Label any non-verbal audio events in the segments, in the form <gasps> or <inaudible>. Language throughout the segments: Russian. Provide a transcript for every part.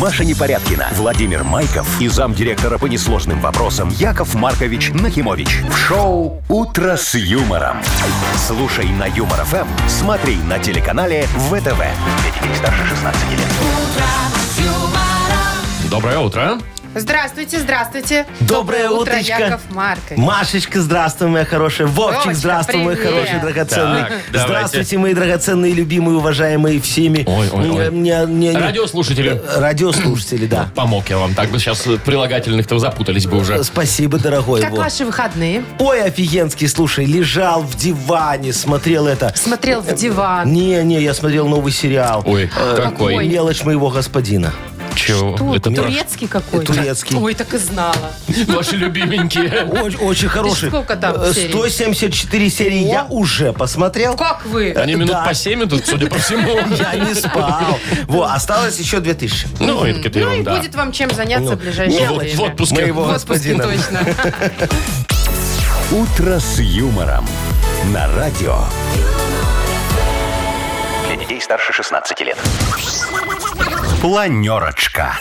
Маша Непорядкина, Владимир Майков и замдиректора по несложным вопросам Яков Маркович Нахимович. В шоу «Утро с юмором». Слушай на Юмор ФМ, смотри на телеканале ВТВ. Для детей старше 16 лет. Доброе утро. Здравствуйте, здравствуйте. Доброе утро, утречко. Яков Маркович. Машечка, здравствуй, моя хорошая. Вовчик, Вовочка, здравствуй, мой привет. хороший, драгоценный. Так, давайте. Здравствуйте, мои драгоценные, любимые, уважаемые всеми. Ой, ой, ой. Не- не- не- не- Радиослушатели. Радиослушатели, да. Помог я вам. Так бы сейчас прилагательных-то запутались бы уже. Спасибо, дорогой. Как Вов. ваши выходные? Ой, офигенский, слушай, лежал в диване, смотрел это. Смотрел Э, в диван. Не-не, я смотрел новый сериал. Ой, Э, какой. какой? Мелочь моего господина. Чего? Что, Это Ну, турецкий какой-то? Турецкий. Ой, так и знала. Ну, ваши любименькие. Очень, очень хороший. сколько там Э, серий? 174 серии я уже посмотрел. Как вы? Они минут Да. по 7 идут, судя по всему. Я не спал. Во, осталось еще 2000. Ну, это какая-то Ну и ерунда. будет вам чем заняться Ну, в ближайшее Вот, в время. отпуске. Моего В отпуске господина. точно. <laughs> «Утро с юмором» на радио. Для детей старше 16 лет. Планерочка.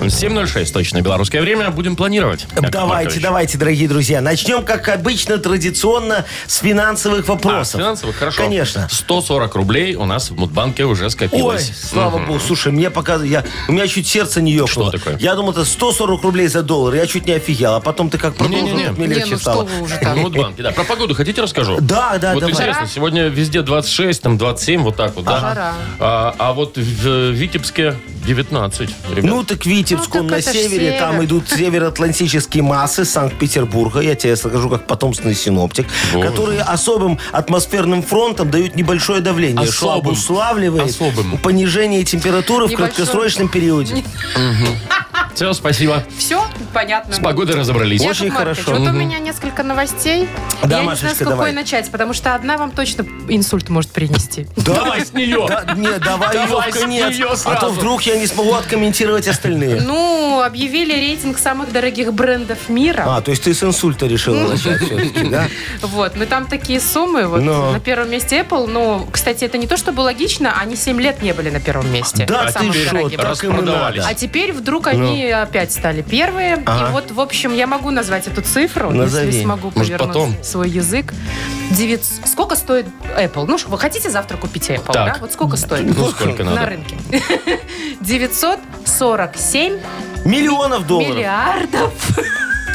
7.06 точно, белорусское время. Будем планировать. Яков Давайте, Маркович. давайте, дорогие друзья. Начнем, как обычно, традиционно с финансовых А, с вопросов. финансовых, хорошо. Конечно. 140 рублей у нас в Мудбанке уже Ой, скопилось. слава богу, слушай, мне пока, я, у меня чуть сердце не ёкнуло. Что такое? Я думал, это 140 рублей за доллар, я чуть не офигел, а потом ты как продолжил, Не-не-не. мне Не, легче ну что стало. вы уже В там. Мудбанке, да. Про погоду хотите расскажу? Да, да, Вот давай. интересно, сегодня везде 26, там 27, вот так вот, да? Жара. А, а вот в Витебске 19, ребят. Ну так Витебск, Ну, он так на это ж севере, север. там идут североатлантические массы Санкт-Петербурга, я тебе скажу, как потомственный синоптик, Вот. которые особым атмосферным фронтом дают небольшое давление, что Особым. обуславливает Особым. понижение температуре в Небольшое. краткосрочном периоде. Все, спасибо. Все понятно. С погодой разобрались. Яков Очень Маркович, хорошо. Вот у Мгм. меня несколько новостей. Да, Я не Машечка, знаю, с какой давай. начать, потому что одна вам точно инсульт может <laughs> принести. Давай с нее. Да, не, давай ее Давай в с конец, нее а сразу. то вдруг я не смогу откомментировать остальные. Ну, объявили рейтинг самых дорогих брендов мира. А, то есть ты с инсульта Ну. решила начать все-таки, да? Вот, ну там такие суммы. Вот Ну. на первом месте Apple. Но, кстати, это не то чтобы логично, они 7 лет не были на первом месте. Да ты Самых что, дорогих. так им и Распродавались. надо. А теперь вдруг они опять стали первые. Ага. И вот, в общем, я могу назвать эту цифру, Назови. если смогу Может, повернуть потом? свой язык. Девять... Сколько стоит Apple? Ну, что, вы хотите завтра купить Apple, Так. да? Вот сколько стоит? Ну, сколько На надо? рынке. <laughs> 947 Миллионов долларов. миллиардов. <laughs>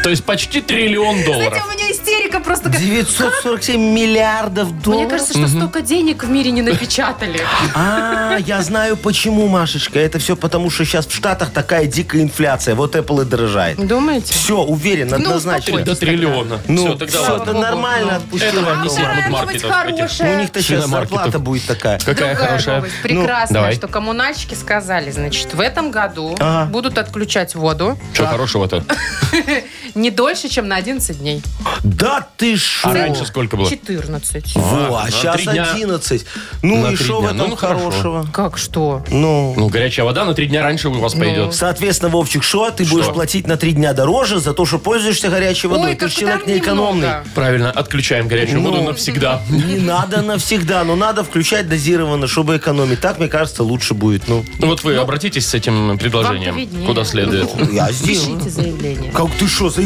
То есть почти триллион Знаете, долларов. у меня истерика просто как... 947 миллиардов долларов. Мне кажется, что столько денег в мире не напечатали. А, я знаю почему, Машечка. Это все потому, что сейчас в Штатах такая дикая инфляция. Вот Apple и дорожает. Думаете? Все, уверен, ну, однозначно. Три- До триллиона. Все, Ну, тогда всё, ладно. да нормально отпустила. Это Кого? объясняет. Какая-нибудь Маркетов этих. Ну, У хорошая них-то сейчас Шиномаркетов. зарплата будет такая. Ну, Какая Другая хорошая. новость. Прекрасная, давай. что коммунальщики сказали, значит, в этом году Ага. будут отключать воду Что хорошего-то? не дольше, чем на 11 дней. Да ты шо? А раньше сколько было? 14. Во, на а сейчас три дня. 11. Ну На и три что в дня. этом Ну, хорошо. хорошего? Как что? Ну. Ну, горячая вода на три дня раньше у вас пойдет. Соответственно, Вовчик, шо? Ты будешь платить на три дня дороже за то, что пользуешься горячей водой. Ой, ну, ты как ж человек там неэкономный. немного. Правильно, отключаем горячую воду навсегда. Ну, Не надо навсегда, но надо включать дозированно, чтобы экономить. Так, мне кажется, лучше будет. Ну, Ну вот вы обратитесь с этим предложением, виднее. куда следует. я сделаю. Пишите заявление. Как ты что, заявление?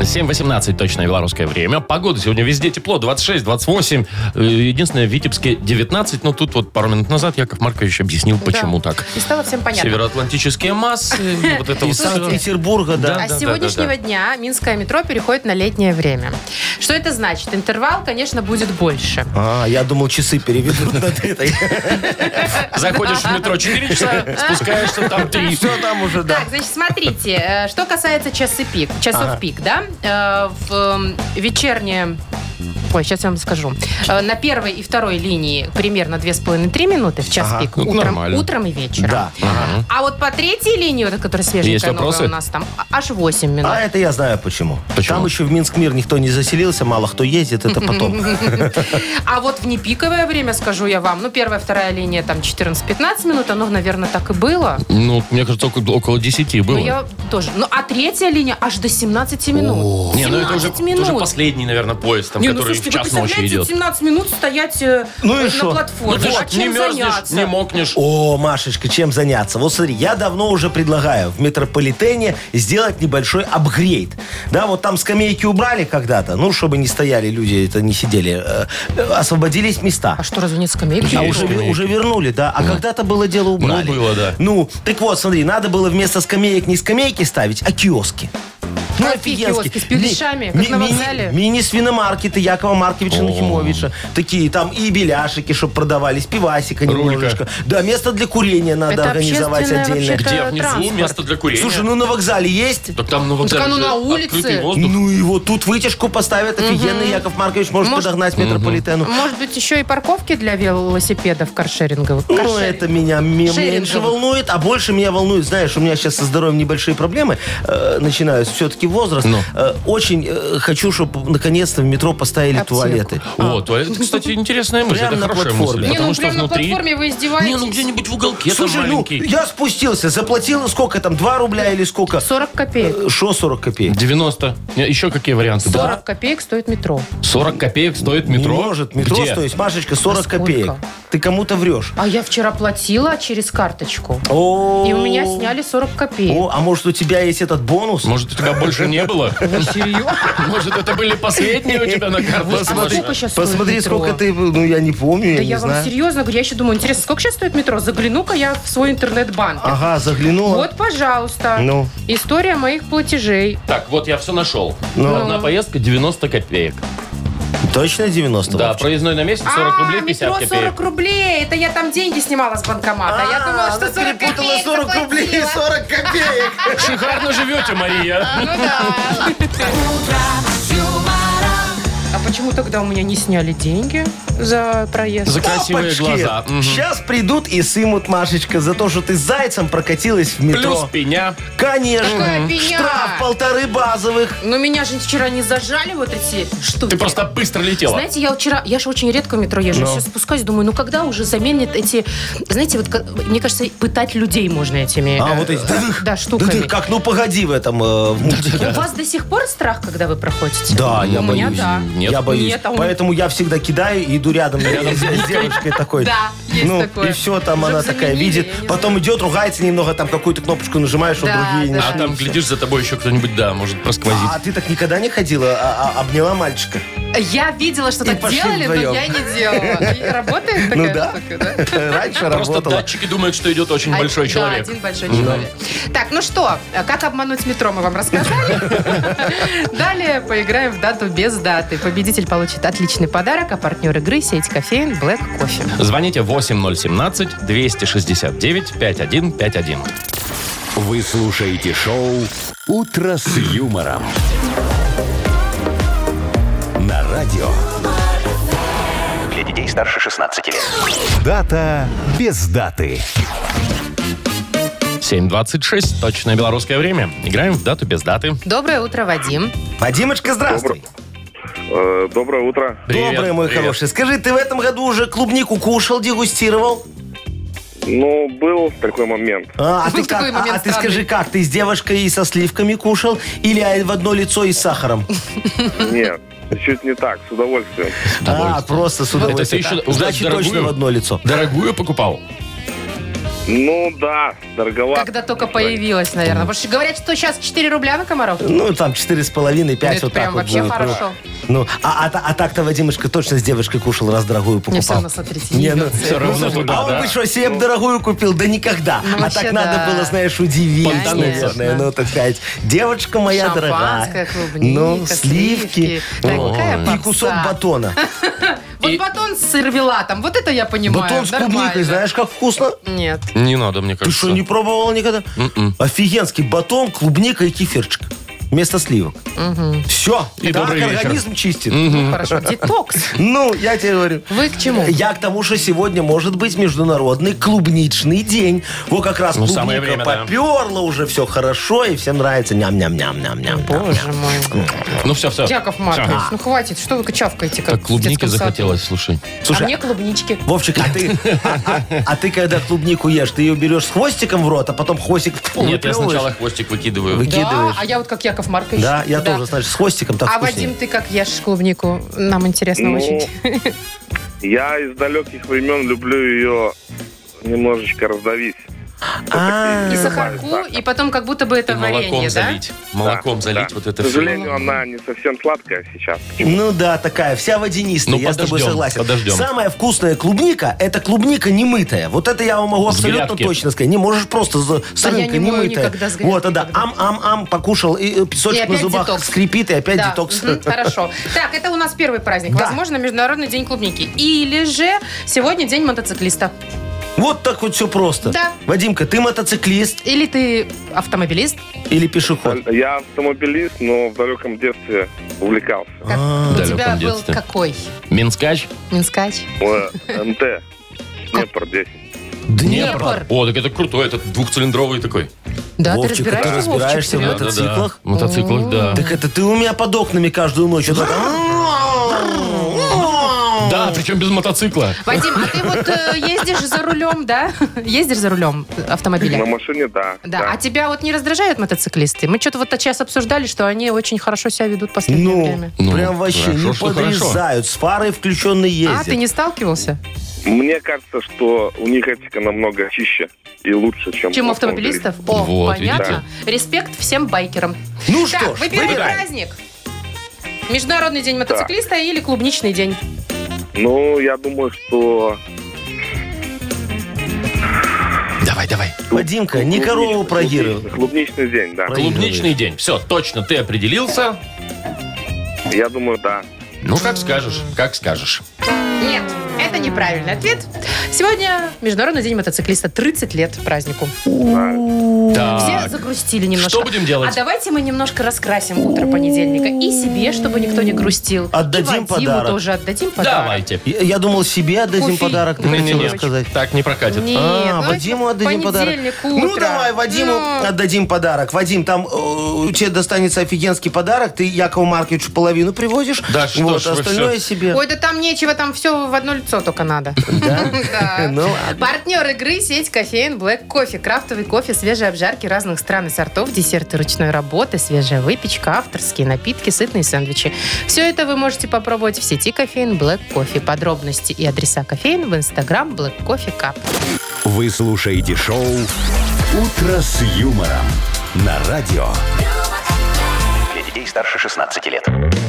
7.18 точное белорусское время. Погода сегодня везде тепло, 26-28. Э, Единственное, в Витебске 19. Но тут вот пару минут назад Яков Маркович объяснил, почему Да. так. И стало всем понятно. Североатлантические массы, ну, вот это вот э, Из всё. Санкт-Петербурга, да. А Да, да, с сегодняшнего да, дня Минское метро переходит на летнее время. Что это значит? Интервал, конечно, будет больше. А, я думал, часы переведут <laughs> на этой. Заходишь в метро 4 <laughs> часа, спускаешься там 3. Все там уже, да. Так, значит, смотрите, э, что касается часы пик, часов пик, да, э, в э, вечернее Ой, сейчас я вам скажу. Э, На первой и второй линии примерно 2,5-3 минуты в час Ага, пик. ну, Утром, нормально. утром и вечером. Да. А вот по третьей линии, вот, эта, которая свеженькая Есть новая вопросы? у нас там, а- аж 8 минут. А это я знаю почему. Почему? Там еще в Минск мир никто не заселился, мало кто ездит, это потом. А вот в непиковое время, скажу я вам, ну, первая, вторая линия там 14-15 минут, оно, наверное, так и было. Ну, мне кажется, около, около 10 было. Ну, я тоже. Ну, а третья линия аж до 17 минут. Не, ну это уже, 17 это уже последний, наверное, поезд, там, Не, ну, который в слушайте, вы час ночи представляете, идет. 17 минут стоять э, Ну и на шо? Ну, платформе. ты а ж не чем мерзнешь, заняться? не мокнешь. О, Машечка, чем заняться? Вот смотри, я давно уже предлагаю в метрополитене сделать небольшой апгрейд. Да, вот там скамейки убрали когда-то, ну, чтобы не стояли люди, это не сидели. Э, э, Освободились места. А что, разве нет скамейки? А Есть уже, скамейки. уже вернули, да. А когда-то было дело убрали. Ну, было, да. Ну, так вот, смотри, надо было вместо скамеек не скамейки ставить, а киоски. Ну, Какие киоски? С пилищами, как на мини- вокзале? Мини-свиномаркеты Якова Марковича Нахимовича. Такие там и беляшики, чтобы продавались, пивасика Рулька. немножечко. Да, место для курения надо Это организовать общественное отдельно. вообще-то Где внизу э, транспорт. место для курения? Слушай, ну на вокзале есть? так там на вокзале оно же на улице. открытый воздух. Ну и вот тут вытяжку поставят, офигенный Яков Маркович может, Может- подогнать метрополитену. Может быть, еще и парковки для велосипедов каршеринговых? Ну, Каршеринг. это меня ме- Шеринговым. меньше волнует, а больше меня волнует, знаешь, у меня сейчас со здоровьем небольшие проблемы, э, начинаются все-таки возраст. Ну. Э, очень э, хочу, чтобы наконец-то в метро поставили Аптеку. туалеты. Вот, а это, кстати, интересная мысль. Прям это на хорошая платформе. мысль. Не, Не, потому ну что прям внутри... на платформе вы издеваетесь. Не, ну где-нибудь в уголке Слушай, там ну, маленький. я спустился, заплатил сколько там, 2 рубля или сколько? 40 копеек. Шо 40 копеек? 90. Не, Еще какие варианты? 40 Да? копеек стоит метро. 40 копеек стоит метро. Не может метро Где? стоить. Машечка, 40 А сколько? копеек. Ты кому-то врешь. А я вчера платила через карточку. О, И у меня сняли 40 копеек. О, а может у тебя есть этот бонус? Может, у тебя больше не <laughs> было? Может, это были последние у тебя на Вы картах? смотрите. Маша? А сколько сейчас стоит Посмотри, метро? сколько ты... Ну, я не помню, Да я не я вам знаю. серьезно говорю, я еще думаю, интересно, сколько сейчас стоит метро? Загляну-ка я в свой интернет-банк. Ага, заглянула. Вот, пожалуйста. Ну. История моих платежей. Так, вот я все нашел. Ну. Одна поездка 90 копеек. Точно 90? Да, Вовчик? проездной на месяц 40 а, рублей, 50 метро копеек. 40 рублей. Это я там деньги снимала с банкомата. А, я думала, что она 40 перепутала копеек 40 рублей и заплатила. 40 копеек. Шикарно живете, Мария. Ну да. А почему тогда у меня не сняли деньги за проезд? За красивые глаза. Мгм. Сейчас придут и сымут, Машечка, за то, что ты зайцем прокатилась в метро. Плюс пеня. Конечно. Какая пеня? Штраф полторы базовых. Но меня же вчера не зажали вот эти штуки. Ты просто быстро летела. Знаете, я вчера, я же очень редко в метро езжу, сейчас спускаюсь, думаю, ну когда уже заменят эти, знаете, вот, как- мне кажется, пытать людей можно этими, А э, вот эти... Да ты- да, Да штуками. ты как, ну погоди в этом э, в мультике. У вас до сих пор страх, когда вы проходите? Да, я У меня боюсь. да. Нет. Я боюсь. Нет, а у- Поэтому я всегда кидаю и иду <laughs> рядом, с с девочкой такой. Да, есть ну, такое. и все, там Уже она заменили, такая видит. я не Потом идет, ругается немного, там какую-то кнопочку нажимаешь, чтобы Да, другие не да. А там, глядишь, за тобой еще кто-нибудь, да, может просквозить. А ты так никогда не ходила, а- а обняла мальчика? <laughs> Я видела, что И так пошли делали, вдвоем. но я не делала. И Работает такая Ну да. штука, да? Раньше Просто работала. датчики думают, что идет очень А, большой человек. Да, один большой человек. Так, ну что, э, как обмануть метро, мы <laughs> вам рассказали. Далее поиграем в дату без даты. Победитель получит отличный подарок, а партнер игры сеть кофеин Black Кофе. Звоните 8017-269-5151. Вы слушаете шоу «Утро с юмором». На радио. Для детей старше 16 лет. Дата без даты. 7.26, точное белорусское время. Играем в дату без даты. Доброе утро, Вадим. Вадимочка, здравствуй. Э, Доброе утро. Привет, Доброе, мой привет. хороший. Скажи, ты в этом году уже клубнику кушал, дегустировал? Ну, был <laughs> такой момент. А, а Был ты, как, такой а- момент а ты странный. скажи, как? Ты с девушкой и со сливками кушал? Или а, в одно лицо и с сахаром? Нет, чуть не так, с удовольствием. А, просто с удовольствием. Это ты еще уже Значит, дорогую? точно в одно лицо. Дорогую покупал? Ну да, дороговато. Когда только появилась, наверное. Потому что говорят, что сейчас 4 рубля на комаров. Ну, там 4,5, 5 Ну, это вот так прям вот вообще будет. хорошо. Ну, а, а та- а так-то Вадимочка точно с девушкой кушал, раз дорогую покупал. Мне все равно, смотрите, Не, ну, ебется. Все равно а туда, он да. бы что, себе б дорогую купил? Да никогда. Ну, а вообще так надо да. было, знаешь, удивить, Понтануться. наверное. Ну, так сказать, девочка моя Шампанское, дорогая. клубника, ну, сливки. сливки. Такая О, и кусок попса. <laughs> батона. Вот И- батон с сервелатом, вот это я понимаю. Батон с клубникой, нормально. знаешь, как вкусно. Нет. Не надо, мне Ты кажется. М-м. что, не пробовала никогда? Офигенский батон, клубника и кефирчик. вместо сливок. Все. И так добрый вечер. организм чистит. Ну, хорошо, детокс. Ну, я тебе говорю. Вы к чему? Я к тому, что сегодня может быть международный клубничный день. Вот как раз Ну, клубника самое время, да. поперла, уже все хорошо, и всем нравится. Ням-ням-ням-ням-ням. Боже мой. Ну все, все. Яков Маркович, ну хватит, что вы чавкаете, как Так клубники в детском саду? захотелось, слушай. Слушай, а мне клубнички. Вовчик, а ты, а, а- а ты когда клубнику ешь, ты ее берешь с хвостиком в рот, а потом хвостик фу, Нет, я выплевываешь? сначала хвостик выкидываю. Да, выкидываешь. а я вот как Яков Маркович. Да, я тоже, значит, с хвостиком так А вкуснее. Вадим, ты как ешь клубнику? Нам интересно Ну, очень. <laughs> Я из далеких времен люблю ее немножечко раздавить. А, И сахарку, и потом как будто бы это Молоком варенье, да? залить. Молоком Да, залить да. вот это К все. сожалению, она не совсем сладкая сейчас. Ну да, такая вся водянистая, Ну, я с тобой подождем, согласен. подождем. Самая вкусная клубника – это клубника немытая. Вот это я вам могу С абсолютно грядки. точно сказать. Не можешь просто за, с Да я рынка не мою немытая. никогда с грядки вот, а да, никогда. ам-ам-ам, покушал, и э, И песочек на опять зубах детокс. скрипит, и опять Да, детокс. мгм, хорошо. Так, это у нас первый праздник. Да. Возможно, Международный день клубники. Или же сегодня день мотоциклиста. Вот так вот все просто. Да. Вадимка, ты мотоциклист Или ты автомобилист. или пешеход? Я автомобилист, но в далеком детстве увлекался. Как- В у тебя далеком был детстве. какой? Минскач? Минскач? <laughs> Э, МТ. Днепр 10. Днепр. О, так это круто, это двухцилиндровый такой. Да, Вовчик, ты а ты разбираешься, Вовчик, разбираешься в серьезно? Да-да-да. мотоциклах? Мотоциклах, да. Так это ты у меня под окнами каждую ночь. вот а? так. Да, причем без мотоцикла. Вадим, а ты вот э, ездишь за рулем, да? Ездишь за рулем На Ну, автомобиля? машине, да. Да, а тебя вот не раздражают мотоциклисты? Мы что-то вот сейчас обсуждали, что они очень хорошо себя ведут в последнее Ну, время. А, Ну, прям вообще хорошо, не что хорошо. подрезают. С фарой включенной ездят. А, ты не сталкивался? Мне кажется, что у них этика намного чище и лучше, чем, Чем Ну, у у автомобилистов? О, Вот, понятно. Респект всем байкерам. Ну так, что ж, выбирай выбирай. праздник. Международный день мотоциклиста или клубничный день? Ну, я думаю, что... Давай, давай. Вадимка, не корову клубничный- проигрывай. клубничный- Клубничный день, да. Проигрывай. Клубничный день. Все, точно, ты определился. Я думаю, да. Ну, как скажешь, как скажешь. Нет, это неправильный ответ. Сегодня Международный день мотоциклиста. 30 лет празднику. Все А, Так. загрустили немножко. Что будем делать? А давайте мы немножко раскрасим утро понедельника. И себе, чтобы никто не грустил. Отдадим и Вадиму подарок. тоже отдадим подарок. Давайте. Я, я думал, себе отдадим Куфи. подарок, ты Не-не-не, хотела сказать. Так не прокатит. Нет, А, ну, Вадиму это отдадим подарок. понедельник, Ну утро. давай, Вадиму Ну. отдадим подарок. Вадим, там э, тебе достанется офигенский подарок. Ты Якову Марковичу половину привозишь, Да что вот, ж а вы остальное всё. себе. Ой, да там нечего, там все в одно лицо только надо. <laughs> Да? <laughs> Ну ладно. Партнер игры – сеть кофеин Black Кофе. Крафтовый кофе, свежие обжарки разных стран и сортов, десерты ручной работы, свежая выпечка, авторские напитки, сытные сэндвичи. Все это вы можете попробовать в сети кофеин Black Кофе. Подробности и адреса кофеин в инстаграм Black Кофе Cup. Вы слушаете шоу «Утро с юмором» на радио. Для детей старше 16 лет.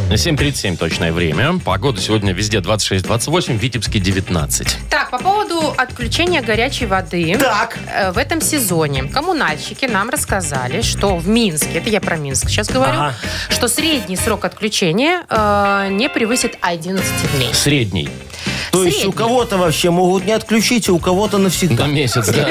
7.37 точное время. Погода сегодня везде 26-28, в Витебске 19. Так, по поводу отключения горячей воды. Так. Э, В этом сезоне коммунальщики нам рассказали, что в Минске, это я про Минск сейчас говорю, Ага. что средний срок отключения э, не превысит 11 дней. Средний. То есть у Средний. кого-то вообще могут не отключить, а у кого-то навсегда. На месяц, да.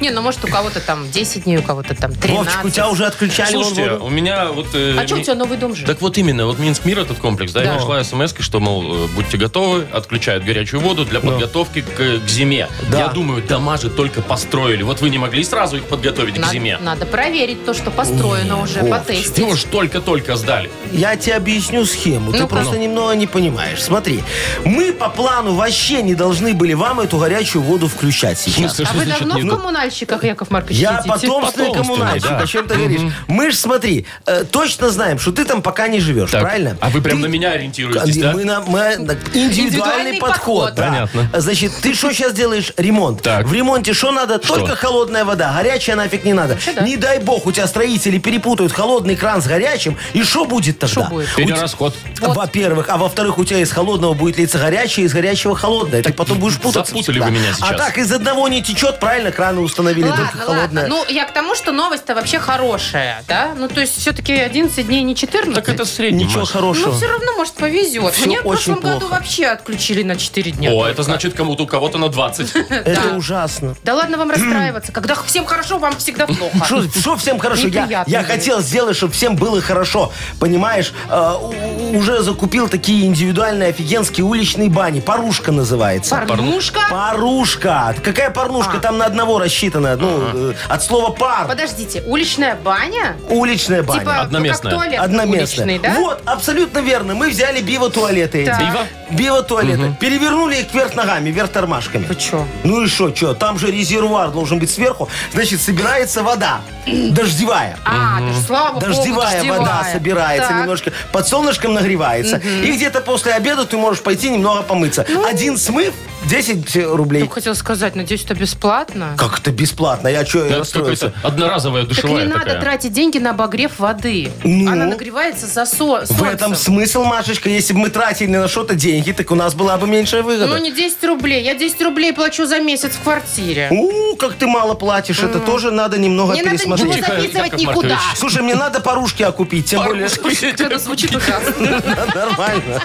Не, ну может у кого-то там 10 дней, у кого-то там 13. Вовчик, у тебя уже отключали вон Слушайте, воду? у меня вот... э, А что у ми- тебя новый дом же? Так вот именно, вот Минск мир этот комплекс, да, и Да. пришла смс, что, мол, э, будьте готовы, отключают горячую воду для подготовки к, э, к зиме. Да. Я думаю, дома же только построили. Вот вы не могли сразу их подготовить к Надо- зиме. Надо проверить то, что построено уже, потестить. ну, Его ж только-только сдали. Я тебе объясню схему. Ты Ну-ка. просто немного не понимаешь. Смотри, мы по плану вообще не должны были вам эту горячую воду включать сейчас. А вы давно в не- ну, коммунальщиках, Яков Маркович, ну, Я сидите? потомственный Потомственный, коммунальщик, да. о чем ты говоришь. Мы ж, смотри, э, точно знаем, что ты там пока не живешь, Так, правильно? А вы прям Ты- на меня ориентируетесь, да? мы на- мы на индивидуальный Индивидуальный подход. подход. да. Э, Понятно. Значит, ты что сейчас делаешь? Ремонт. Так. В ремонте что надо? Только холодная вода. Горячая нафиг не надо. да. Не дай бог, у тебя строители перепутают холодный кран с горячим. И что будет тогда? <laughs> будет? У те- Перерасход. Вот. Во-первых, а во-вторых, у тебя из холодного будет литься горячее, из горячего холодное. Ты потом будешь путаться. запутали всегда. вы меня сейчас. А так из одного не течет, правильно, краны установили, только Ладно, холодное. ладно. Ну, я к тому, что новость-то вообще хорошая, да? Ну, то есть, все-таки 11 дней, не 14. Так это средний, Ничего Маш. хорошего. Ну, все равно, может, повезет. Всё Мне в прошлом очень плохо. году вообще отключили на 4 дня. О, только. это значит кому-то у кого-то на <laughs> 20. Это да. ужасно. Да ладно <clears throat> вам расстраиваться. Когда всем хорошо, вам всегда плохо. Что всем хорошо? Я, А, Неприятно я будет. хотел сделать, чтобы всем было хорошо. Понимаешь, Э, у- у- уже закупил такие индивидуальные офигенские уличные бани. Парушка называется. Порнушка? Парушка. Какая порнушка? А. Там на одного рассчитана. Ну, э, от слова пар. Подождите, уличная баня? Уличная баня. Типа Одноместная. как туалет Одноместная. уличный, да? Вот, абсолютно верно. Мы взяли биво-туалеты. эти. Так. Пиво? Биво-туалеты. Перевернули их вверх ногами, вверх тормашками. Вы чё? Ну и что, что? Там же резервуар должен быть сверху. Значит, собирается вода. <clears throat> Дождевая. А, даже слава богу, Дождевая вода собирается Так. немножко, под солнышком нагревается. И где-то после обеда ты можешь пойти немного помыться. Ну. Один смыв 10 Я рублей. бы хотела сказать, надеюсь, это бесплатно. Как это бесплатно? Я что, я Это какая-то расстроился? одноразовая Так не душевая надо <laughs> такая. тратить деньги на обогрев воды. Ну? Она нагревается за со- В солнцем. этом смысл, Машечка. Если бы мы тратили на что-то деньги, так у нас была бы меньшая Ну, выгода. не 10 рублей. Я 10 рублей плачу за месяц в квартире. У, как ты мало платишь. Это тоже надо немного Не надо ничего пересмотреть. Тихо, записывать Яков никуда. Маркович. Слушай, мне надо порушки окупить, тем более Слушай, как это звучит ужасно. нормально.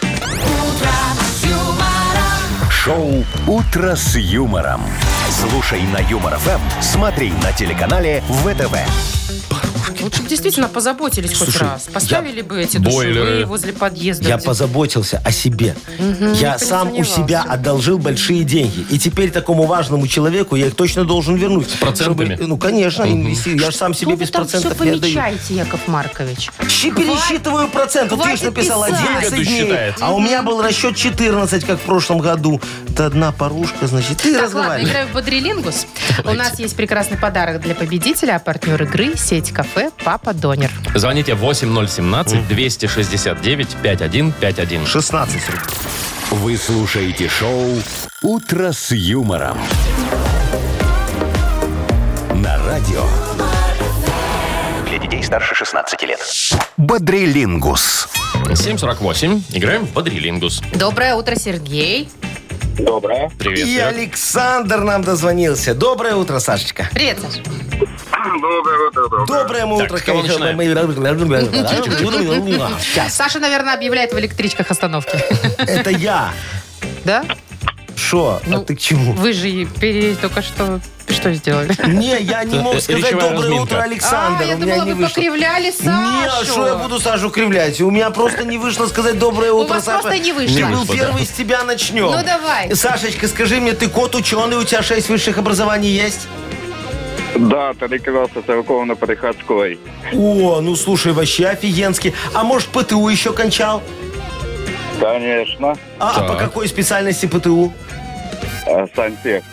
Шоу «Утро с юмором». Слушай на Юмор ФМ, смотри на телеканале ВТВ. Лучше бы Ну, действительно позаботились хоть Слушай, раз. Поставили бы эти душевые Бойлеры. возле подъезда. Я где- позаботился о себе. Я никто не сам у себя сомневался. одолжил большие деньги. И теперь такому важному человеку я их точно должен вернуть. С процентами? ну, конечно, инвестирую. Я же сам Что себе вы без там все процентов не отдаю. помечаете, Яков Маркович? Щи- Пересчитываю процент. Вот ты хватит же написал писать. 11 Выгоду дней. считает. А у меня был расчет 14, как в прошлом году. Это одна порушка, значит. Ты Так, ладно, разговаривай. играю в Бодрилингус. У нас есть прекрасный подарок для победителя, а партнер игры – сеть кафе «Папа Донер». Звоните 8017-269-5151. 16. Вы слушаете шоу «Утро с юмором». На радио Для детей старше 16 лет. «Бодрилингус». 748. Играем в Бодрилингус. Доброе утро, Сергей. Доброе. Привет. И Серег. Александр нам дозвонился. Доброе утро, Сашечка. Привет, Саш. Доброе утро, доброе. Доброе Так, утро, с кого конечно. начинаем? Мы- Сейчас. Саша, наверное, объявляет в электричках <laughs> остановки. Это я. Да? Шо? А Ну, ты к чему? Вы же и пере- только что... Что сделали? <laughs> Не, я не мог Э, сказать речевая доброе разминка. утро, Александр. а, я У меня думала, не вы вышло. покривляли Не, а Сашу. что я буду Сашу кривлять? У меня просто не вышло сказать доброе утро, вас Саша. просто не вышло. Ты Не был вышло, да. первый, с тебя начнем. Ну, давай. Сашечка, скажи мне, ты кот ученый, у тебя шесть высших образований есть? Да, ты оказался целиком на Приходской. О, ну слушай, вообще офигенски. А может, ПТУ еще кончал? Конечно. А, а по Так. какой специальности ПТУ? Э, Сантех.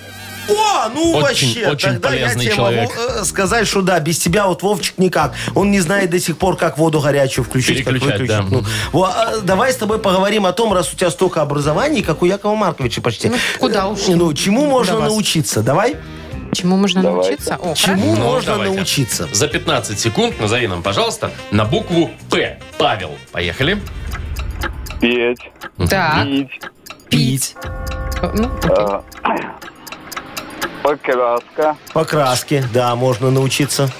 О, ну Очень- вообще, очень тогда я полезный тебе человек. могу э, сказать, что да, без тебя вот Вовчик никак. Он не знает до сих пор, как воду горячую включить, как Переключать, выключить. да. Ну, во, а, давай с тобой поговорим о том, раз у тебя столько образований, как у Якова Марковича почти. Ну, куда уж. Ну, чему можно До вас. научиться? Давай. Чему можно Давайте. научиться? О, Чему Ну, можно давайте. научиться? За 15 секунд назови нам, пожалуйста, на букву П. Павел. Поехали. Петь. хорошо. Так, Пить. пить. Ну, окей. А. э, Покраска. Покраски, да, можно научиться.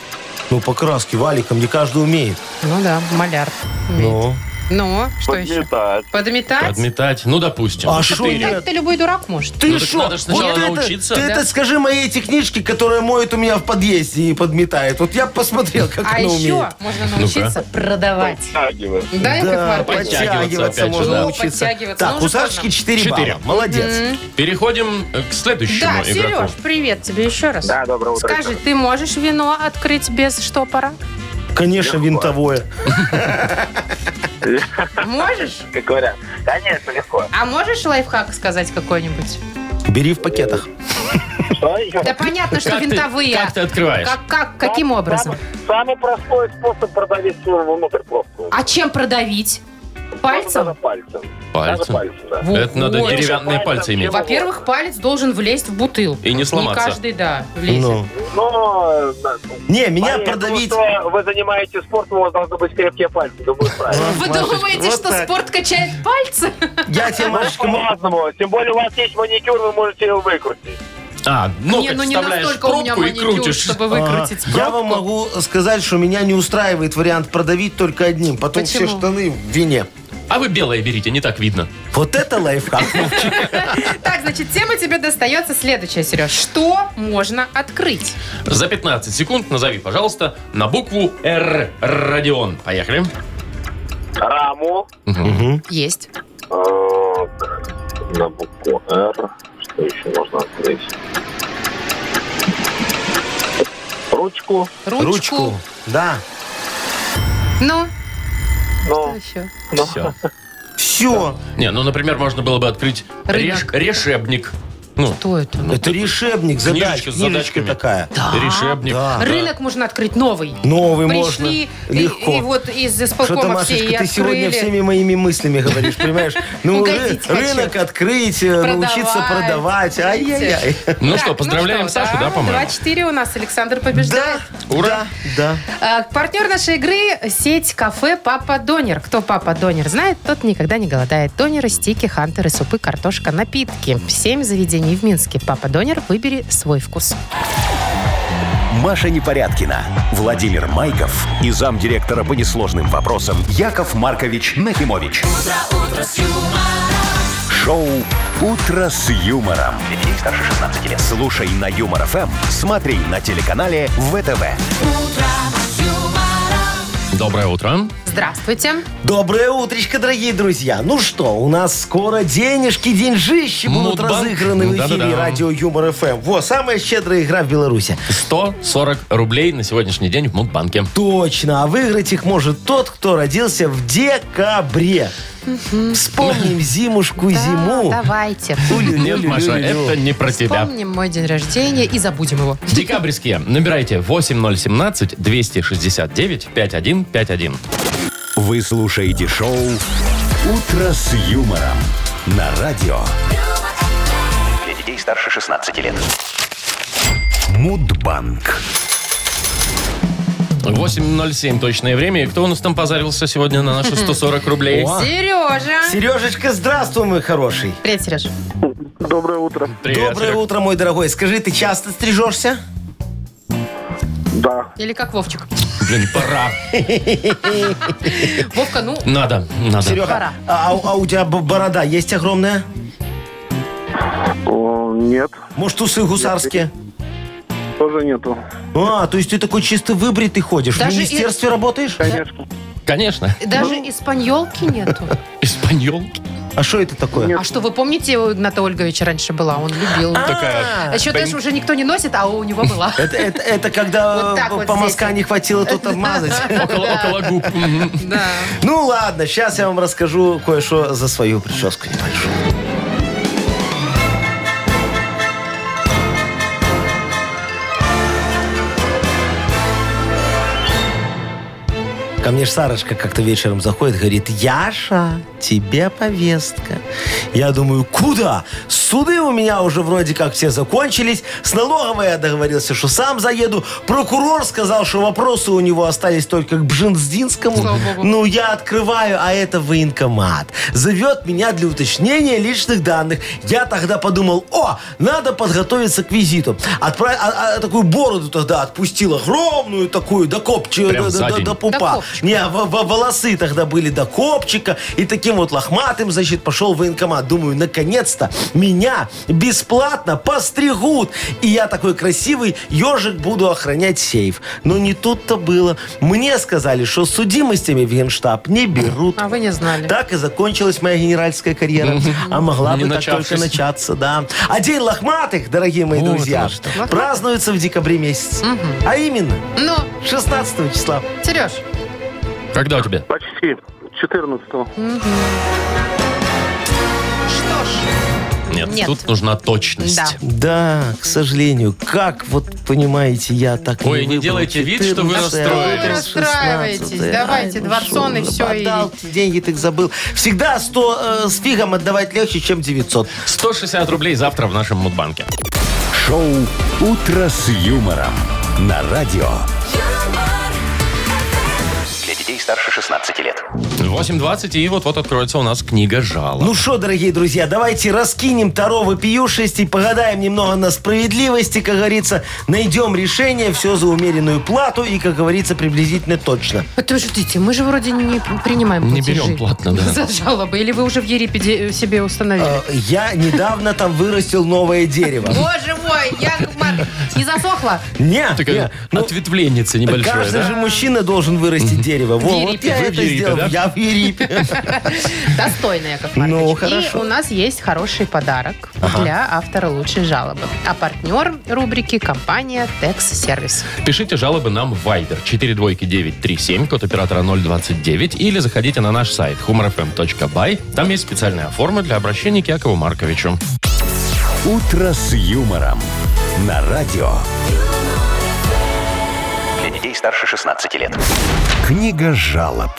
Ну, покраски, валиком, не каждый умеет. Ну да, маляр. умеет. Ну. Ну, что еще? Подметать. Подметать? Подметать. Ну, допустим. А Четыре. шо нет? Это любой дурак может. Ты Ну, так что? надо ж сначала это, научиться. ты Да. это скажи моей эти книжки, которая моет у меня в подъезде и подметает. Вот я б посмотрел, как А она еще умеет. можно научиться продавать. Подтягивать. Да, Да, Яков Маркович? подтягивать. опять подтягиваться же, можно да. научиться. Подтягиваться, ну Так, у уже Сашечки поздно. 4 Четыре. балла. Молодец. Переходим э, к следующему Да, игроку. Сереж, привет тебе еще раз. Да, доброе утро. Скажи, ты можешь вино открыть без штопора? Конечно, винтовое. Можешь? <laughs> Как говорят. Конечно, легко. А можешь лайфхак сказать какой-нибудь? Бери в пакетах. Что еще? Да понятно, что Как ты- винтовые. как ты открываешь? Как, как, каким образом? Самый простой способ продавить слово внутрь просто. А чем продавить? Даже Пальцем? пальцем. Даже Пальцем. пальцем, да. Вот. Это надо деревянные пальцы иметь. Во- Во-первых, палец должен влезть в бутылку. И не сломаться. Не каждый, да, влезет. Ну. но... Не, меня парень, я думаю, продавить... что вы занимаетесь спортом, у вас должны быть крепкие пальцы, думаю, правильно. Вы думаете, что спорт качает пальцы? Я тебе, Машечка, м- <laughs> Ну, По-разному. Тем более у вас есть маникюр, вы можете его выкрутить. А, ну, Не, ну не вставляешь настолько у меня пробку и маникюр, крутишь. чтобы выкрутить Ага. А, Я вам пробку. могу сказать, что меня не устраивает вариант продавить только одним. Потом Почему? все штаны в вине. А вы белое берите, не так видно. Вот это лайфхак. <laughs> Так, значит, тема тебе достается следующая, Сереж. Что можно открыть? За 15 секунд назови, пожалуйста, на букву Р. Родион. Поехали. Раму. Есть. На букву Р. Что еще можно открыть? Ручку. Ручку. Ручку. Да. Ну, что Ну, еще? Все. Все. Не, ну, например, можно было бы открыть реш- Рынок. решебник. Ну, Кто это? Ну, Это решебник, задачка, Книжечка с книжечка задачками. такая. решебник. Да. Рынок можно открыть новый. Новый Ну, можно. Пришли, и- Легко. И, вот из Что-то, исполкома все и Машечка, ты сегодня открыли. всеми моими мыслями <laughs> говоришь, понимаешь? Ну, ры- Угодить хочу. рынок открыть, э, научиться Продавать. продавать. Ай-яй-яй. Ну Так, что, поздравляем что, Сашу, да, да, по-моему? 2-4 у нас Александр Да, побеждает. Ура. да. А, Партнер нашей игры – сеть кафе «Папа Донер». Кто «Папа Донер» знает, тот никогда не голодает. Донеры, стики, хантеры, супы, картошка, напитки. Семь заведений в Минске. «Папа Донер» выбери свой вкус. Маша Непорядкина, Владимир Майков и замдиректора по несложным вопросам Яков Маркович Нахимович. Шоу Утро с юмором. Детей старше 16 лет. Слушай на юмор ФМ, смотри на телеканале ВТВ. Доброе утро. Здравствуйте. Доброе утречко, дорогие друзья. Ну что, у нас скоро денежки, деньжищи будут Мудбанк. разыграны в эфире Да-да-да. радио Юмор ФМ. Во, самая щедрая игра в Беларуси. 140 рублей на сегодняшний день в Мудбанке. Точно, а выиграть их может тот, кто родился в декабре. Вспомним зимушку зиму. Да, давайте. Улю-лю-лю-лю-лю. Нет, Маша, это не про тебя. <laughs> Вспомним мой день рождения и забудем его. Декабрьские. Набирайте 8017-269-5151. Вы слушаете шоу Утро с юмором на радио Для детей старше 16 лет. Мудбанк. 8.07 точное время. И кто у нас там позарился сегодня на наши <laughs> 140 рублей? О. Сережа. Сережечка, здравствуй, мой хороший. Привет, Сереж. Доброе утро. Привет, Доброе Серег. утро, мой дорогой. Скажи, ты часто стрижешься? Да. Или как Вовчик. Блин, пора. Вовка, ну, Надо, надо. Серега, Пора. а, а- а у тебя б- борода есть огромная? О, нет. Может, усы гусарские? Тоже нету. А, то есть ты такой чисто выбритый ходишь. Даже в министерстве работаешь? Конечно. Конечно. даже испаньолки нету. Испаньолки. А что это такое? А что, вы помните, у Игната Ольговича раньше была? Он любил. А. Такая. Еще даже уже никто не носит, а у него была. Это, это- это <laughs> когда Вот так вот по здесь мазка вот. не хватило тут обмазать. <laughs> Около, около губ. Мгм. Да. Ну ладно, сейчас я вам расскажу кое-что за свою прическу небольшую. Ко мне ж Сарочка как-то вечером заходит, говорит, Яша, тебе повестка. Я думаю, куда? Суды у меня уже вроде как все закончились. С налоговой я договорился, что сам заеду. Прокурор сказал, что вопросы у него остались только к Бжинздинскому. Слава богу. Ну, я открываю, а это военкомат. Зовет меня для уточнения личных данных. Я тогда подумал, о, надо подготовиться к визиту. Отправ- а- а- такую бороду тогда отпустил, огромную такую, до копчи, Прям до- за до- день. до пупа. копчика. Не, а во- во- волосы тогда были до копчика. И таким вот лохматым, значит, пошел в военкомат. Думаю, наконец-то меня бесплатно постригут. И я такой красивый ежик буду охранять сейф. Но не тут-то было. Мне сказали, что с судимостями в генштаб не берут. А вы не знали. Так и закончилась моя генеральская карьера. А могла Не бы так только начавшись. начаться, да. А День лохматых, дорогие мои Вот друзья, оно что. празднуется в декабре месяце. А именно, Ну, 16 числа. Сереж, Когда у тебя? Почти. 14-го. что ж, Нет, Нет. тут нужна точность. Да. Да, к сожалению. Как, вот понимаете, я так Ой, не выбрал делайте вид, что вы 14, расстроились. а Вы расстраиваетесь. 16. Давайте, Ай, дворцон ну и что, всё, и- Отдал, деньги ты забыл. Всегда 100 э, с фигом отдавать легче, чем 900. 160 рублей завтра в нашем Мудбанке. Шоу «Утро с юмором» на радио. Для детей старше 16 лет. 8.20, и вот-вот откроется у нас книга жалоб. Ну что, дорогие друзья, давайте раскинем Таро вопиюшесть и погадаем немного на справедливости, как говорится, найдем решение, все за умеренную плату и, как говорится, приблизительно точно. Подождите, мы же вроде не принимаем Не платежи. берем <laughs> платно, <laughs> да. За жалобы. Или вы уже в Ерипеде э, себе установили? Э, Я недавно там вырастил новое дерево. Боже мой, Яков Маркович, не засохло? Не, не, Такая ну, ответвленница небольшая, Каждый да? же мужчина должен вырастить дерево. Во, Вот Ерипе. Вы я в это Ерипе, сделал. да? Я в <laughs> Ерипе. Достойно, Яков Маркович. Ну, хорошо. И у нас есть хороший подарок для автора лучшей жалобы. А партнер рубрики – компания Текс Сервис. Пишите жалобы нам в Viber 42937, код оператора 029, или заходите на наш сайт humorfm.by. Там есть специальная форма для обращения к Якову Марковичу. «Утро с юмором» на радио. Для детей старше 16 лет. Книга жалоб.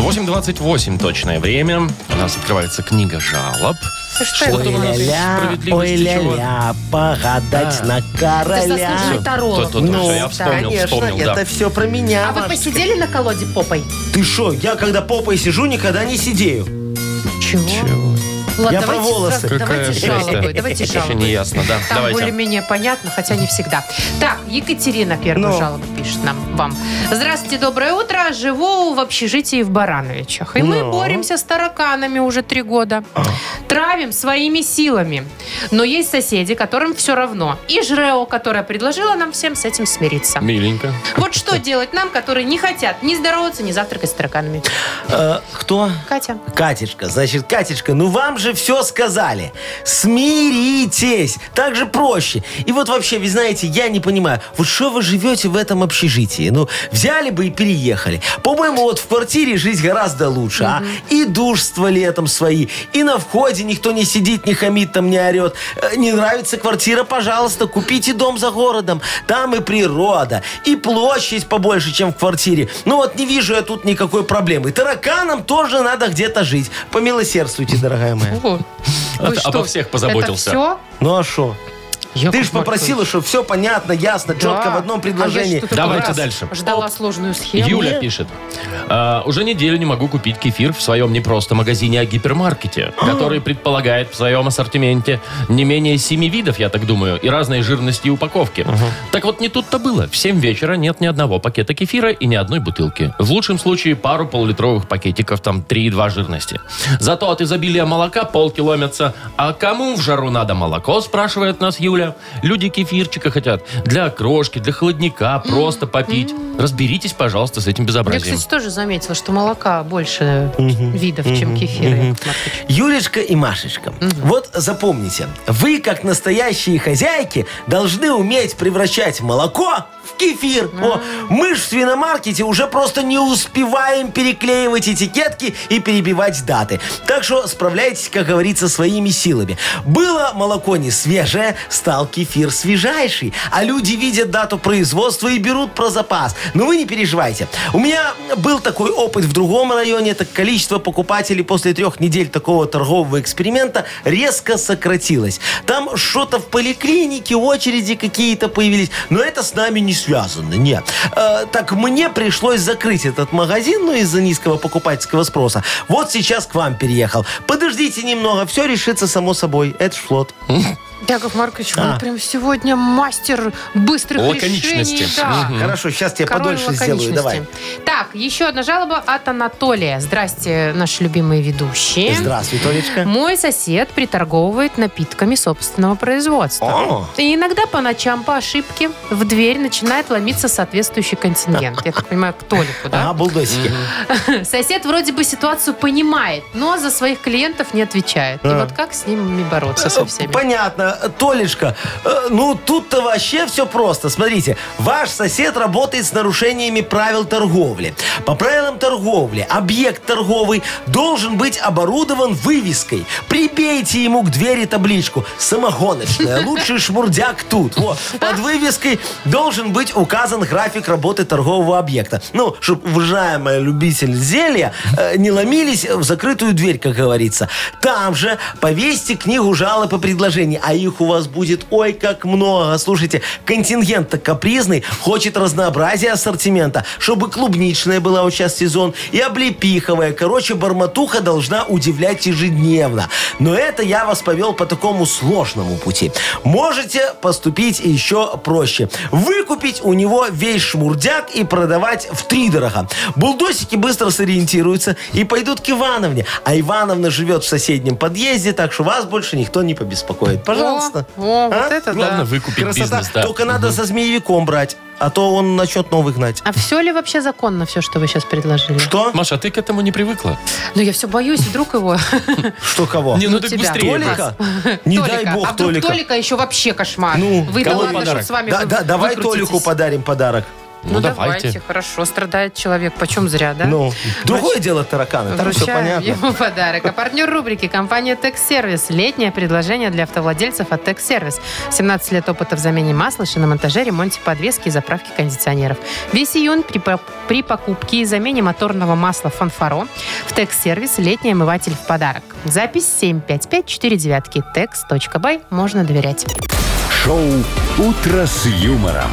8.28 точное время. У нас открывается книга жалоб. что Что-то у нас Ля-ля, ой, справедливости чего? ля-ля, погадать Да. на Ты короля. заслужил Всё, Таро. то- то- то, всё, я вспомнил, Ну, Конечно, вспомнил, да. это все про меня. А вы Маш. посидели на колоде попой? Ты шо, я когда попой сижу, никогда не сидею. Чего? Ладно, Я про давайте, волосы. сразу- давайте жесть, а? жалобы, давайте Еще жалобы. не ясно, да. Там Давайте. более-менее понятно, хотя не всегда. Так, Екатерина первую Ну. жалобу пишет нам, вам. Здравствуйте, доброе утро. Живу в общежитии в Барановичах. И мы Ну. боремся с тараканами уже три года. Травим своими силами. Но есть соседи, которым все равно. И Жрео, которая предложила нам всем с этим смириться. Миленько. Вот что делать нам, которые не хотят ни здороваться, ни завтракать с тараканами. Э, Кто? Катя. Катечка, значит, Катечка, ну вам же все сказали. Смиритесь. Так же проще. И вот вообще, вы знаете, я не понимаю, вот что вы живете в этом общежитии? Ну, взяли бы и переехали. По-моему, вот в квартире жить гораздо лучше, а? И душ с туалетом свои, и на входе никто не сидит, не хамит там, не орет. Э, Не нравится квартира, пожалуйста, купите дом за городом. Там и природа, и площадь побольше, чем в квартире. Ну вот не вижу я тут никакой проблемы. Тараканам тоже надо где-то жить. Помилосердствуйте, дорогая моя. О, вы Это А что, обо всех позаботился. Это Ну а что? все? Ты же попросила, чтобы все понятно, ясно, четко А в одном предложении. Давайте дальше. Ждала сложную схему. Юля пишет. «А, уже неделю не могу купить кефир в своем не просто магазине, а гипермаркете, который предполагает в своем ассортименте не менее семи видов, я так думаю, и разной жирности и упаковки. Так вот, не тут-то было. В семь вечера нет ни одного пакета кефира и ни одной бутылки. В лучшем случае пару полулитровых пакетиков, там 3,2 жирности. Зато от изобилия молока полки ломятся. А кому в жару надо молоко, спрашивает нас Юля. Люди кефирчика хотят. Для крошки, для холодника, просто попить. Разберитесь, пожалуйста, с этим Я, безобразием. кстати, тоже заметила, что молока больше видов, чем кефира. Яков Маркович. Юлечка и Машечка, вот запомните, вы, как настоящие хозяйки, должны уметь превращать молоко в кефир. О, мы ж в свиномаркете уже просто не успеваем переклеивать этикетки и перебивать даты. Так что справляйтесь, как говорится, своими силами. Было молоко не свежее, стал кефир свежайший. А люди видят дату производства и берут про запас. Но вы не переживайте. У меня был такой опыт в другом районе. Так количество покупателей после трех недель такого торгового эксперимента резко сократилось. Там что-то в поликлинике, очереди какие-то появились. Но это с нами не связано, нет. Э, так мне пришлось закрыть этот магазин, ну, из-за низкого покупательского спроса. Вот сейчас к вам переехал. Подождите немного, все решится само собой. Это ж флот. Яков Маркович, А. вы прям сегодня мастер быстрых Лаконичности. решений. Да. Мгм. Хорошо, сейчас я Король подольше сделаю, давай. лаконичности. Так, еще одна жалоба от Анатолия. Здрасте, наши любимые ведущие. Здравствуй, Толечка. Мой сосед приторговывает напитками собственного производства. О, И иногда по ночам по ошибке в дверь начинает ломиться соответствующий контингент. Я так понимаю, к Толику, да? Ага, А, булдосики. Сосед вроде бы ситуацию понимает, но за своих клиентов не отвечает. И А. вот как с ними бороться со всеми? Э, Понятно. Толешка, э, ну тут-то вообще все просто. Смотрите, ваш сосед работает с нарушениями правил торговли. По правилам торговли объект торговый должен быть оборудован вывеской. Прибейте ему к двери табличку «Самогоночная, лучший шмурдяк тут». Во, под вывеской должен быть указан график работы торгового объекта. Ну, чтобы уважаемые любитель зелья э, не ломились в закрытую дверь, как говорится. Там же повесьте книгу жалоб и предложений, а их у вас будет, ой, как много. Слушайте, контингент-то капризный, хочет разнообразия ассортимента, чтобы клубничная была вот сейчас сезон, и облепиховая. Короче, бормотуха должна удивлять ежедневно. Но это я вас повел по такому сложному пути. Можете поступить еще проще. Выкупить у него весь шмурдяк и продавать в три дорога. Булдосики быстро сориентируются и пойдут к Ивановне. А Ивановна живет в соседнем подъезде, так что вас больше никто не побеспокоит. Пожалуйста. О, о, вот А? это Главное да. выкупить Красота. бизнес, да. Только надо со змеевиком брать, а то он начнет новый гнать. А все ли вообще законно, все, что вы сейчас предложили? Что? Маша, а ты к этому не привыкла? Ну, я все боюсь, вдруг его... Что <laughs> кого? Не, ну Ну, так тебя. быстрее. бы. Толика? Не дай Толика. А бог вдруг Толика. Толика еще вообще кошмар. Ну, Вы кому А, ладно, подарок? что с вами Да, вы- да, давай выкрутитесь. Толику подарим подарок. Ну, давайте. Хорошо, страдает человек, почем зря, да? Ну, другое дело тараканы, там все Вручаем понятно. ему подарок. А партнер рубрики – компания «Текс-сервис». Летнее предложение для автовладельцев от «Текс-сервис». 17 лет опыта в замене масла, шиномонтаже, ремонте подвески и заправке кондиционеров. Весь июнь при, по- при покупке и замене моторного масла «Фанфаро» в «Текс-сервис» летний омыватель в подарок. Запись 75549 tex.by. Можно доверять. Шоу «Утро с юмором»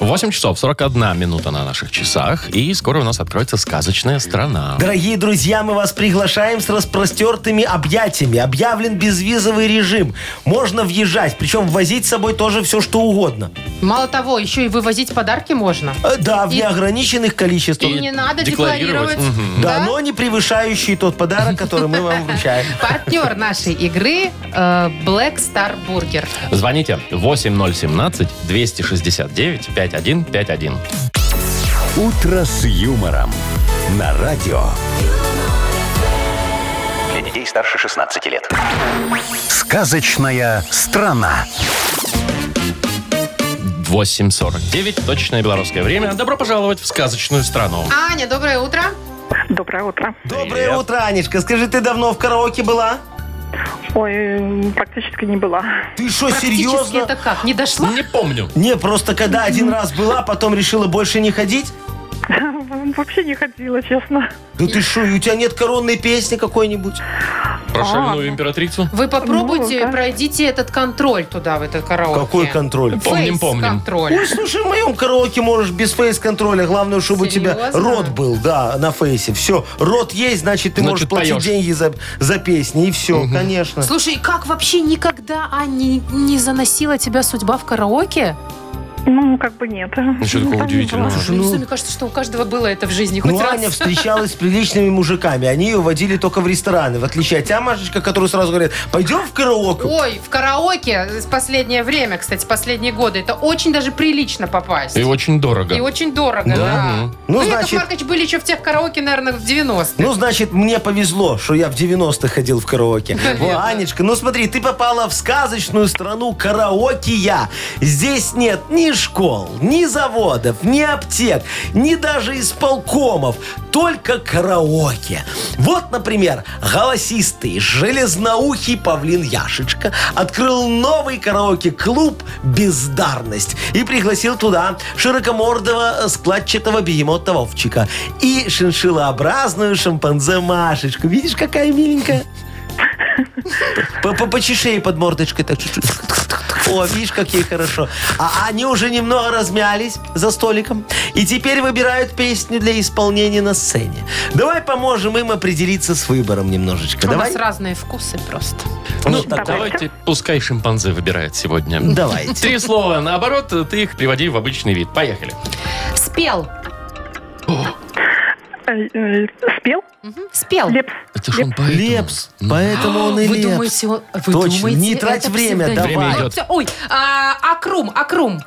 8 часов 41 минута на наших часах. И скоро у нас откроется сказочная страна. Дорогие друзья, мы вас приглашаем с распростертыми объятиями. Объявлен безвизовый режим. Можно въезжать, причем возить с собой тоже все, что угодно. Мало того, еще и вывозить подарки можно. Э, Да, в И- неограниченных количествах. И не надо декларировать. декларировать. Мгм. Да, но не превышающий тот подарок, который мы вам <laughs> вручаем. Партнер нашей игры э, Black Star Burger. Звоните 8017-269-5151. «Утро с юмором» на радио. Для детей старше 16 лет. Сказочная страна. 8.49, точное белорусское время. Добро пожаловать в сказочную страну. Аня, доброе утро. Доброе утро. Доброе утро, Анечка. Скажи, ты давно в караоке была? Ой, практически не была. <laughs> Ты что, Практически серьезно? Ну, это как? Не дошла? Не помню. Не, просто когда один раз была, потом решила больше не ходить? Вообще не ходила, честно. Да ты что, и у тебя нет коронной песни какой-нибудь? Про А. шальную императрицу. Вы попробуйте, Ну, да. пройдите этот контроль туда, в этот караоке. Какой контроль? Помним, помним. Ой, контроль. слушай, в моем караоке можешь без фейс-контроля. Главное, чтобы у тебя Серьезно? рот был, да, на фейсе. Все, рот есть, значит, Ну, ты Значит, можешь платить поешь. деньги за, за песни. И все, конечно. Слушай, как вообще никогда, Аня, не, не заносила тебя судьба в караоке? Ну, как бы нет. Ну, что такого удивительного? Слушай, Ну, ну- мне кажется, что у каждого было это в жизни хоть Ну, раз. Аня встречалась с приличными мужиками. Они ее водили только в рестораны. В отличие от тебя, Машечка, которая сразу говорит, пойдем в караоке. Ой, в караоке в последнее время, кстати, последние годы, это очень даже прилично попасть. И очень дорого. И очень дорого, да. Мгм. Ну, Вы, Яков значит- Маркович, были еще в тех караоке, наверное, в 90-х. Ну, значит, мне повезло, что я в 90-х ходил в караоке. Во, Анечка, ну смотри, ты попала в сказочную страну караоке я. Здесь нет ни школ, ни заводов, ни аптек, ни даже исполкомов. Только караоке. Вот, например, голосистый, железноухий павлин Яшечка открыл новый караоке-клуб «Бездарность» и пригласил туда широкомордого э, складчатого бегемота Вовчика и шиншилообразную шимпанзе Машечку. Видишь, какая миленькая? По- по- Почеши ей под мордочкой так чуть-чуть. О, видишь, как ей хорошо. А они уже немного размялись за столиком и теперь выбирают песню для исполнения на сцене. Давай поможем им определиться с выбором немножечко. У Ну, Давай. вас разные вкусы просто. Ну, Вот так вот. давайте, пускай шимпанзе выбирает сегодня. <laughs> Давайте. Три слова наоборот, ты их приводи в обычный вид. Поехали. Спел. Э, Спел? Мгм, Спел. Лепс. Это ж он поэтому. Ну, Лепс, поэтому он и Вы лепс. думаете, он- вы Точно, думаете, не трать это время, псевдоним? Время давай. идет. Вот, Ой, а, акрум, акрум,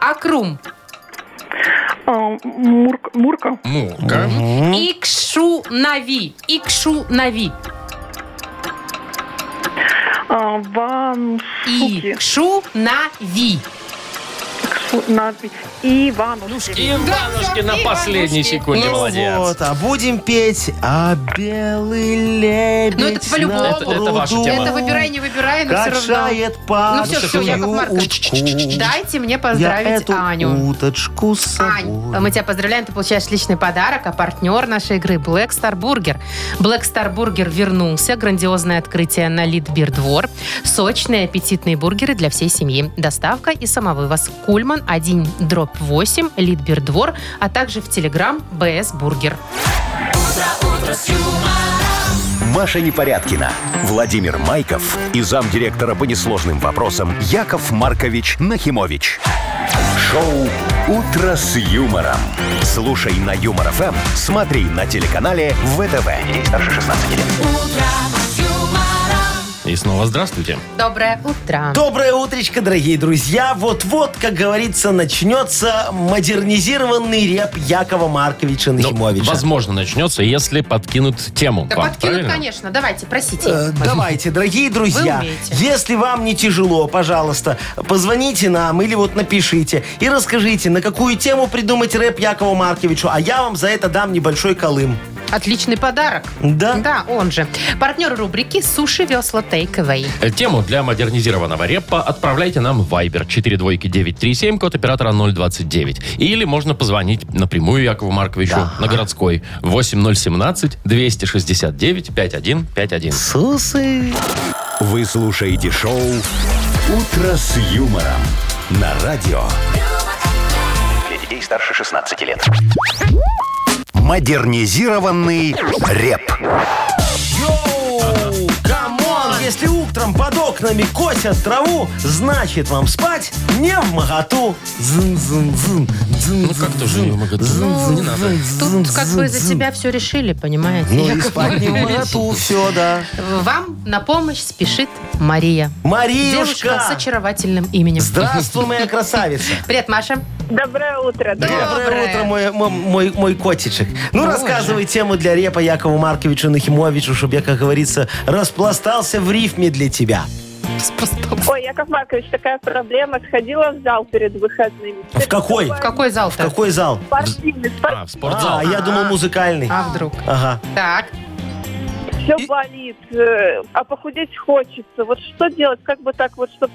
акрум. А, Мурк- Мурка. Мурка. Икшу нави, икшу нави, э, А, Ван. Шуки. икшу нави. Фу, на- Иванушки. И Иванушки на последней секунде, Ну молодец. вот, а будем петь «А белый лебедь Ну, это по-любому. на Это- это ваша пруду тема. Это выбирай, не выбирай, но все равно. Качает по Ну все, все, Яков Маркович, дайте мне Я поздравить эту Аню. уточку с собой. Ань, а мы тебя поздравляем, ты получаешь личный подарок, а партнер нашей игры Black Star Burger. Black Star Burger вернулся, грандиозное открытие на Литбир двор, сочные аппетитные бургеры для всей семьи, доставка и самовывоз. Кульман 1 дробь 8, Литбир двор, а также в Телеграм БС Бургер. Маша Непорядкина, Владимир Майков и замдиректора по несложным вопросам Яков Маркович Нахимович. Шоу «Утро с юмором». Слушай на Юмор ФМ, смотри на телеканале ВТВ. Здесь старше 16 лет. И снова здравствуйте. Доброе утро. Доброе утречко, дорогие друзья. Вот-вот, как говорится, начнется модернизированный реп Якова Марковича Ну, Нахимовича. возможно, начнется, если подкинут тему. Да вам, подкинут, правильно? конечно. Давайте, просите. А, Э, Давайте, дорогие Вы друзья, умеете. если вам не тяжело, пожалуйста, позвоните нам или вот напишите и расскажите, на какую тему придумать рэп Якову Марковичу, а я вам за это дам небольшой колым. Отличный подарок. Да? Да, он же. Партнер рубрики «Суши весла Тейковой». Э, Тему для модернизированного репа отправляйте нам в Viber 42937, код оператора 029. Или можно позвонить напрямую Якову Марковичу на городской 8017-269-5151. Сусы. Вы слушаете шоу «Утро с юмором» на радио Для детей старше 16 лет. «Модернизированный реп». Йоу, камон, если утром под окнами косят траву, значит вам спать не в моготу. Ну, как-то же не в моготу. Ну, Не надо. Тут как бы за тебя все решили, понимаете? Ну и Яков спать не в Маркович. моготу, все, да. Вам на помощь спешит Мария. Девушка с Мариюшка, очаровательным именем. здравствуй, моя красавица. Привет, Маша. Доброе утро. Да. Доброе, Доброе. утро, мой, мо- мой, мой котичек. Ну, Боже. рассказывай тему для репа Якову Марковичу Нахимовичу, чтобы я, как говорится, распластался в рифме для тебя. Ой, Яков Маркович, такая проблема. Сходила в зал перед выходными. В какой? В какой зал В какой зал? Спортивный, А, в спортзал. А, я думал, музыкальный. А вдруг? Ага. Так, все болит, э, а похудеть хочется. Вот что делать, как бы так вот, чтобы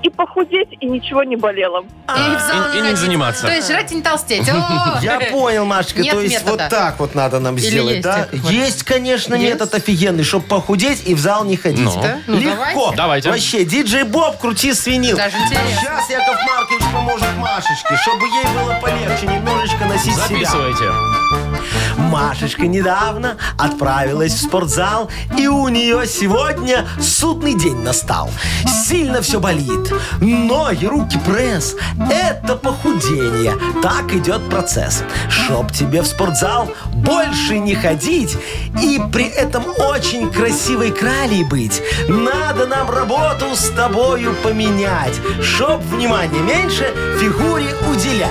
и похудеть, и ничего не болело. А, и в зал и- и не ходить. заниматься. То есть жрать и не толстеть. <laughs> О! <laughs> Я понял, Машечка, Нет то есть метода. вот так вот надо нам Или сделать, есть, да? Яков Маркович? Есть, конечно, Есть? метод офигенный, чтобы похудеть и в зал не ходить. Ну. Да? Ну, Легко. давайте. Давайте. Вообще, диджей Боб, крути свинил. Даже интересно. Сейчас Яков Маркович поможет Машечке, чтобы ей было полегче немножечко носить себя. Записывайте. Машечка недавно отправилась в спортзал, и у нее сегодня судный день настал. Сильно все болит, ноги, руки, пресс. Это похудение, так идет процесс. Чтоб тебе в спортзал больше не ходить и при этом очень красивой кралей быть, надо нам работу с тобою поменять, чтоб внимание меньше фигуре уделять.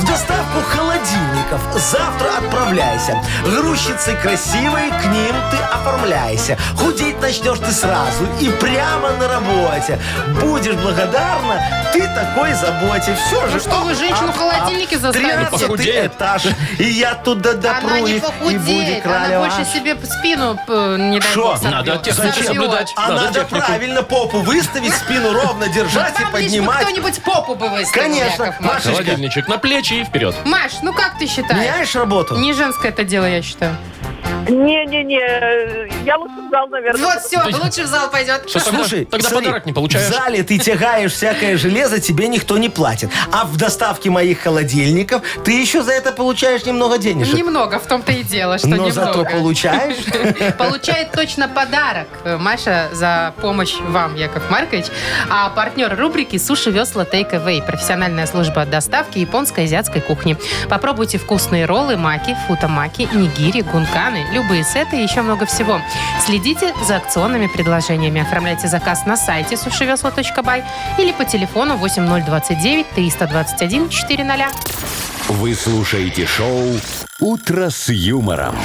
В доставку холодильников завтра отправляйся. Грузчицы красивые, к ним ты оформляйся. Худеть начнешь ты сразу и прямо на работе. Будешь благодарна ты такой заботе. Все же. что вы Ну, женщину в холодильнике заставили? Ну, 13 похудеет. этаж, и я туда допру Она не их, и будет похудеет, она кралева. больше себе спину э, не дай Шо? бог, сорвет. Надо технику Сорвет. соблюдать. А Надо надо технику. правильно попу выставить, спину ровно Ну, держать Там лишь и бы поднимать. кто-нибудь попу бы выставил, Конечно, Яков Маркович. Машечка. Холодильничек на плечи и вперед. Маш, ну как ты считаешь? Меняешь работу? Не женское это дело, я считаю. Не-не-не, э, я лучше в зал, наверное. Вот все, лучше в зал пойдет. Что тогда, Слушай, тогда смотри, подарок не получаешь. В зале ты тягаешь всякое железо, тебе никто не платит. А в доставке моих холодильников ты еще за это получаешь немного денежек. Ну, Немного, в том-то и дело, что Но немного. зато получаешь. <laughs> Получает точно подарок э, Маша за помощь вам, Яков Маркович. А партнер рубрики «Суши весла Take Away» профессиональная служба доставки японской и азиатской кухни. Попробуйте вкусные роллы, маки, футамаки, нигири, гунканы, любые сеты и еще много всего. Следите за акционными предложениями. Оформляйте заказ на сайте сушивесла.бай или по телефону 8029 321 400. Вы слушаете шоу «Утро с юмором».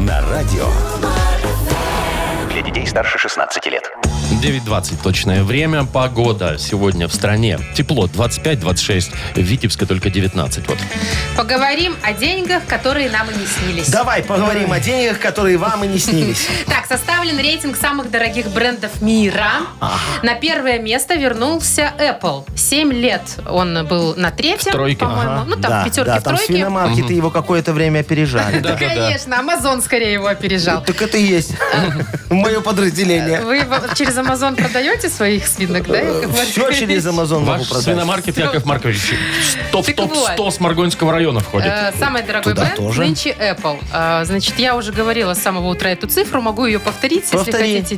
На радио Для детей старше 16 лет. 9.20 точное время. Погода сегодня в стране. Тепло 25-26. В Витебске только 19. Вот. Поговорим о деньгах, которые нам и не снились. Давай поговорим о деньгах, которые вам и не снились. Так, составлен рейтинг самых дорогих брендов мира. На первое место вернулся Apple. Семь лет он был на третьем, В тройке. по-моему. <laughs> Ну, там Да, пятерки да, в там тройке. свиномаркеты его какое-то время опережали. Да, Да-да-да. конечно, Amazon скорее его опережал. Так это <laughs> и есть мое подразделение. Вы во- через Amazon продаете своих свинок, да? Яков Все Маркович? Э, через Amazon могу Ваш продать. свиномаркет, Яков Маркович, в Так топ-100 вот. с Маргонского района входит. Э, Самый дорогой Туда бренд тоже. нынче Apple. Э, Значит, я уже говорила с самого утра эту цифру, могу ее повторить, Повтори. если хотите.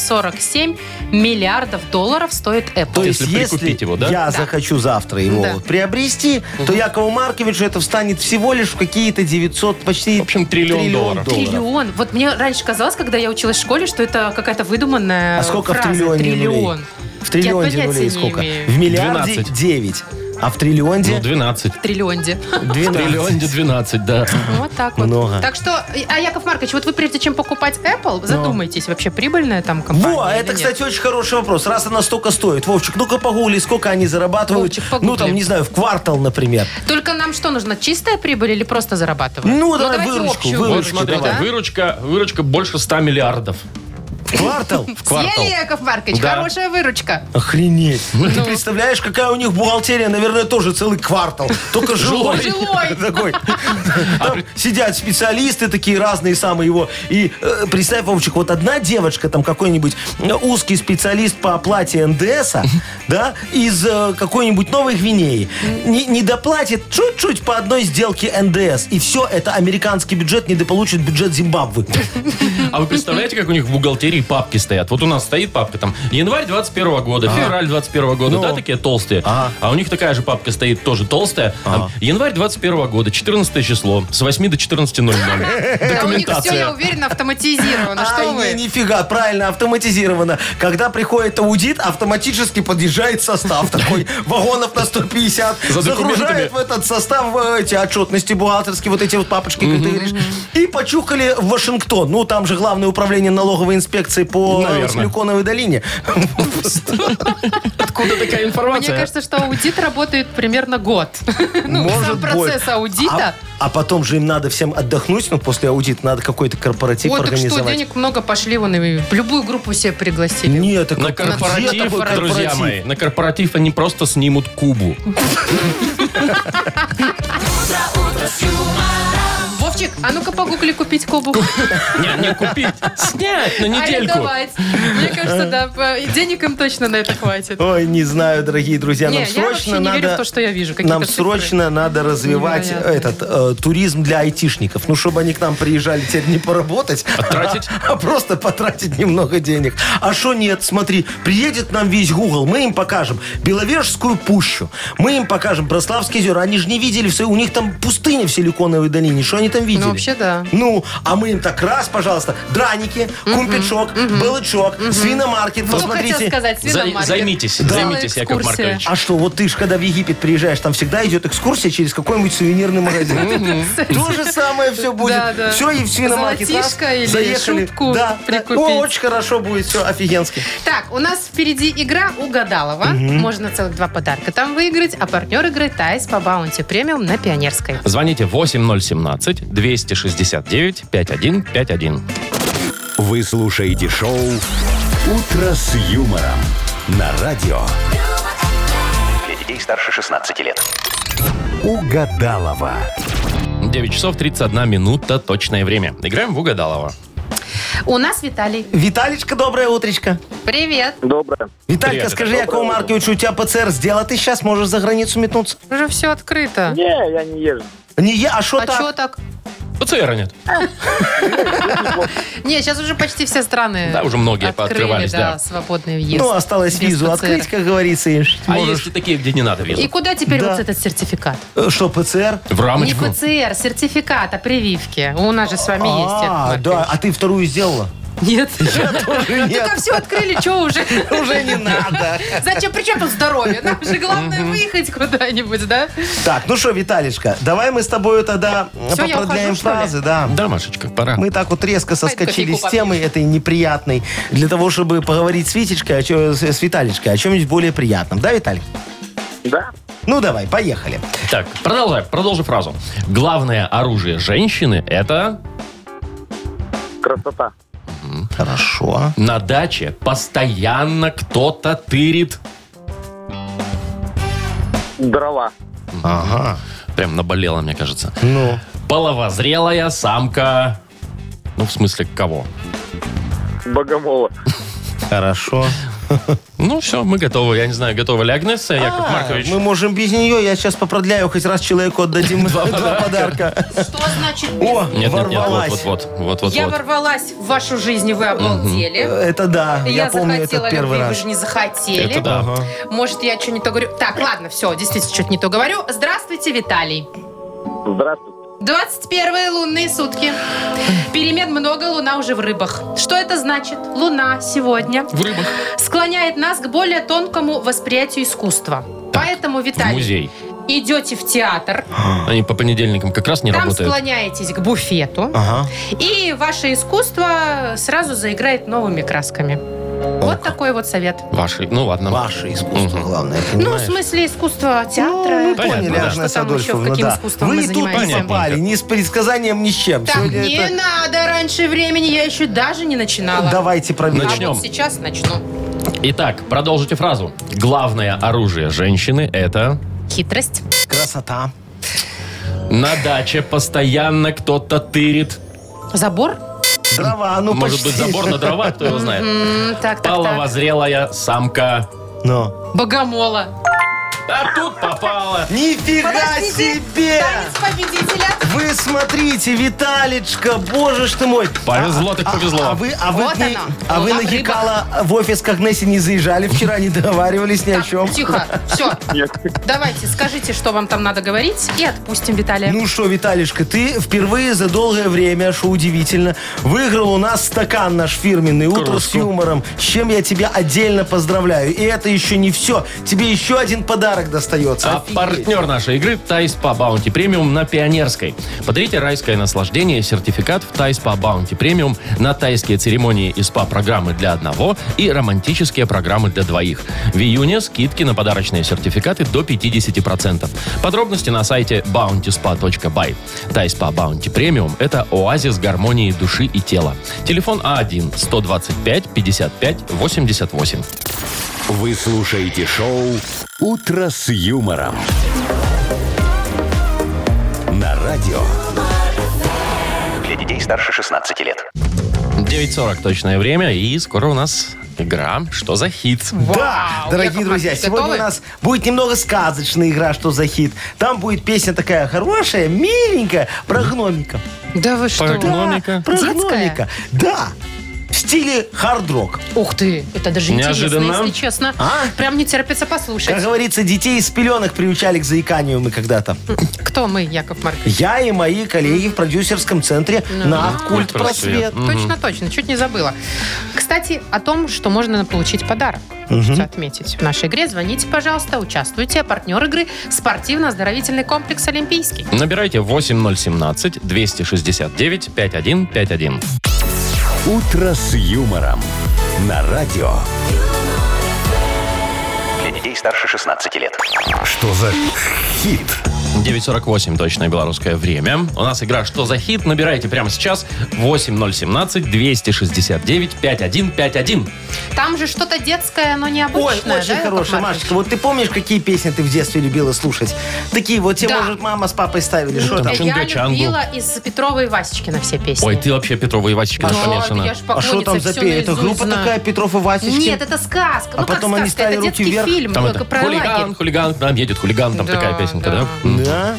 947 миллиардов долларов стоит Apple. То есть, Если если, прикупить его, да? я захочу завтра его Да. вот приобрести, то Якову Марковичу это встанет всего лишь в какие-то 900, почти... В общем, триллион долларов. Триллион. Вот мне раньше казалось, когда я училась в школе, что это какая-то выдуманная А сколько фраза. в триллионе Триллион. рублей? В триллионе Я понятия рублей не сколько? имею. В миллиарде 12. 9. А в триллионе Ну, 12. В триллионде. 12. Триллионе 12, да. Вот так вот. Много. Так что, а Яков Маркович, вот вы прежде чем покупать Apple, задумайтесь, вообще прибыльная там компания Во, или это, нет? кстати, очень хороший вопрос. Раз она столько стоит. Вовчик, ну-ка погугли, сколько они зарабатывают. Вовчик, погугли. ну, там, не знаю, в квартал, например. Только нам что нужно, чистая прибыль или просто зарабатывать? Ну, давай давайте выручку, общую выручку Вот Выручки смотрите, давай. выручка, выручка больше 100 миллиардов. <laughs> Квартал? В квартал. Съели, Яков Маркович, Да. хорошая выручка. Охренеть. Ты представляешь, какая у них бухгалтерия, наверное, тоже целый квартал. Только жилой. Жилой. <laughs> Такой. Там сидят специалисты такие разные самые его. И э, представь, Вовчик, вот одна девочка, там какой-нибудь э, узкий специалист по оплате НДСа, да, из э, какой-нибудь Новой Гвинеи, не, не доплатит чуть-чуть по одной сделке НДС. И все, это американский бюджет недополучит бюджет Зимбабве. А вы представляете, как у них в бухгалтерии папки стоят? Вот у нас стоит папка там январь 21 года, февраль 21 года, Ну. да, такие толстые? Ага. А у них такая же папка стоит, тоже толстая. Там Январь 21 года, 14 число, с 8 до 14.00. Да у них все, я Документация. уверена, автоматизировано. Ай, А Что А, не, вы? нифига, правильно, автоматизировано. Когда приходит аудит, автоматически подъезжает <laughs> состав такой, вагонов на 150, За документами. загружает в этот состав э, эти отчетности бухгалтерские, вот эти вот папочки, как ты говоришь, и почухали в Вашингтон. Ну, там же главное управление налоговой инспекции по э, Наверное. Силиконовой долине. Откуда такая Мне информация? кажется, что аудит работает примерно год. <laughs> <laughs> Ну, сам процесс больше. аудита. А, а потом же им надо всем отдохнуть, ну, после аудита надо какой-то корпоратив Ой, так что, организовать. денег много пошли, вон и в любую группу себе пригласили. Нет, так На где такой корпоратив, корпоратив? друзья мои, на корпоратив они просто снимут Кубу. Вовчик, а ну-ка погугли купить кубу. <laughs> Не, не купить, снять на недельку. Арендовать. Мне кажется, да, по- и денег им точно на это хватит. Ой, не знаю, дорогие друзья, Не, нам я вообще срочно не верю надо... в то, что я вижу. Какие-то Нам цифры. срочно надо развивать Невероятно. этот э, туризм для айтишников. Ну, чтобы они к нам приезжали теперь не поработать, Потратить? <laughs> а, просто потратить немного денег. А что нет, смотри, приедет нам весь Google, мы им покажем Беловежскую пущу, мы им покажем Брославские озера. Они же не видели все, у них там пустыня в Силиконовой долине. Что они там видели? Ну, вообще, да. Ну, а мы им так раз, пожалуйста, драники, кумпичок, балычок, свиномаркет. Что Ну, хотел Посмотрите, сказать, За- свиномаркет. Займитесь, Целая займитесь, Яков экскурсия. Маркович. а что, вот ты ж, когда в Египет приезжаешь, там всегда идет экскурсия через какой-нибудь сувенирный магазин. То же самое Да, все да. будет. Все, и в свиномаркет раз, Золотишко или заехали. шубку Да, да. прикупить. О, очень хорошо будет, все, офигенски. Так, у нас впереди игра «Угадалова». Можно целых два подарка там выиграть, а партнер игры «Тайс» по баунти премиум на Пионерской. Звоните 8017-269-5151. Вы слушаете шоу «Утро с юмором» на радио Для детей старше 16 лет. «Угадалова». 9 часов 31 минута, точное время. Играем в Угадалова. У нас Виталий. Виталечка, доброе утречко. Привет. Доброе. Виталька, Привет. скажи, Якову Марковичу, у тебя ПЦР сделал, а ты сейчас можешь за границу метнуться? Уже все открыто. Не, я не езжу. Не я, а что А так? чё так? ПЦР нет. Не, сейчас уже почти все страны Да, уже многие пооткрывались, да, да. свободный въезд. Ну, осталось без визу ПЦР. открыть, как говорится, и А можешь. есть и такие, где не надо визу? И куда теперь Да. вот этот сертификат? Э, Что, ПЦР? В рамочку. Не ПЦР, сертификат о прививке. а У нас же с вами есть, Яков А, Маркович. да, а ты вторую сделала? <laughs> Нет. Ну, Тоже нет. Только все открыли, что уже? <laughs> Уже <laughs> не надо. Зачем? Причем тут здоровье? Нам же главное выехать куда-нибудь, да? Так, ну что, Виталишка, давай мы с тобою тогда э, Всё, я попродляем ухожу, что ли? фразы, да. Да, Машечка, пора. Мы так вот резко соскочили кофейку с темы этой неприятной для того, чтобы поговорить с Витечкой, о чё- с, с Виталичкой о чем-нибудь более приятном. Да, Виталик? Да? Ну давай, поехали. Так, продолжай, продолжи фразу. Главное оружие женщины – это Красота. Хорошо. на даче постоянно кто-то тырит. Дрова. Ага. Прям наболело, мне кажется. Ну, Половозрелая самка. Ну, в смысле, кого? Богомола. хорошо. Ну, все, мы готовы. Я не знаю, готова ли Агнесса, Яков А, Маркович? Мы можем без нее. Я сейчас попродляю, хоть раз <laughs> человеку отдадим два подарка. Что значит О, Нет, нет, нет, вот, вот, ворвалась. вот, вот, вот, Я вот. ворвалась в вашу жизнь, и вы обалдели. Это да, я Я помню этот захотела первый любви, вы раз. же не захотели. Это да. Ага. Может, я что не то говорю? Так, ладно, все, действительно, что-то не то говорю. Здравствуйте, Виталий. Здравствуйте. 21 лунные сутки. Перемен много, луна уже в рыбах. Что это значит? Луна сегодня В рыбах. склоняет нас к более тонкому восприятию искусства. Поэтому, В Виталий, музей. идете в театр, Они по понедельникам как раз не там работают. склоняетесь к буфету, А. Ага. и ваше искусство сразу заиграет новыми красками. Вот такой вот совет. Ваши. Ну, ладно. Ваше искусство, главное, Ну, в понимаешь? смысле, искусство театра. Ну, мы Понятно, поняли, да. Агнесса Что там Адольфовна, еще, каким да. искусством Вы мы тут не занимаемся? попали, ни с предсказанием, ни с чем. Так, Сегодня не это- надо раньше времени, я еще даже не начинала. Давайте проверим. Начнем. А вот сейчас начну. Итак, продолжите фразу. Главное оружие женщины – это... Хитрость. Красота. На даче постоянно кто-то тырит. Забор? Дрова, ну Может почти. быть, забор на дрова, кто его знает. М, Так, так, так. Половозрелая самка. Но. Богомола. А тут попало. Нифига Подождите, себе! Танец победителя. Вы смотрите, Виталечка, боже ж ты мой. Повезло так А- повезло. А, вы, а вы, Вот к ней- оно. а вы Луна на в Гекала в офис к Агнессе не заезжали вчера, не договаривались ни о Так, чем. тихо, все. Давайте, скажите, что вам там надо говорить, и отпустим Виталия. Ну что, Виталишка, ты впервые за долгое время, что удивительно, выиграл у нас стакан наш фирменный «Утро с Кружку. юмором», с чем я тебя отдельно поздравляю. И это еще не все. Тебе еще один подарок достается. А Офигеть. партнер нашей игры Тайс по Баунти Премиум на Пионерской. Подарите райское наслаждение, сертификат в Тайс по Баунти Премиум на тайские церемонии и СПА-программы для одного и романтические программы для двоих. В июне скидки на подарочные сертификаты до 50%. Подробности на сайте bountyspa.by. Тайс по Баунти Премиум – это оазис гармонии души и тела. Телефон А А1-125-55-88. Вы слушаете шоу «Утро с юмором». На радио. Для детей старше 16 лет. 9.40 точное время, и скоро у нас игра «Что за хит?». Да, Вау, дорогие Яков друзья, Маркович, сегодня готовы? у нас будет немного сказочная игра «Что за хит?». Там будет песня такая хорошая, миленькая, про гномика. Да вы что? Экономика. Про Детская? гномика. Да, в стиле хард-рок. Ух ты, это даже Неожиданно. интересно, если честно. А? Прям не терпится послушать. Как говорится, детей из пеленок приучали к заиканию мы когда-то. Кто мы, Яков Маркович? Я и мои коллеги в продюсерском центре на культ просвет. Культпросвет. Мгм. Точно, точно, чуть не забыла. Кстати, о том, что можно получить подарок. Хочется отметить. В нашей игре звоните, пожалуйста, участвуйте. Партнер игры – спортивно-оздоровительный комплекс «Олимпийский». Набирайте 8017-269-5151. «Утро с юмором». На радио. Для детей старше 16 лет. Что за хит? 9.48 точное белорусское время. У нас игра «Что за хит?». Набирайте прямо сейчас 8017-269-5151. Там же что-то детское, но Ой, необычное, да, очень Яков хорошая, Маркович? Машечка. Вот ты помнишь, какие песни ты в детстве любила слушать? Такие вот тебе, Да. Ну, может, мама с папой ставили. Что там там? чё? Я Чунгачан был. любила из Петрова и Васечкина все песни. Ой, ты вообще Петрова Ивасичкина Ну, помешана. я ж А что поклонница, там за всё пе- Это наизусть группа знаю. такая, Петров и Васечкин? Нет, это сказка. А ну потом как сказка? они ставили Это руки детский вверх. фильм. Там только это про лагерь. хулиган, хулиган, к нам едет хулиган, там Да, такая песенка, да? Да?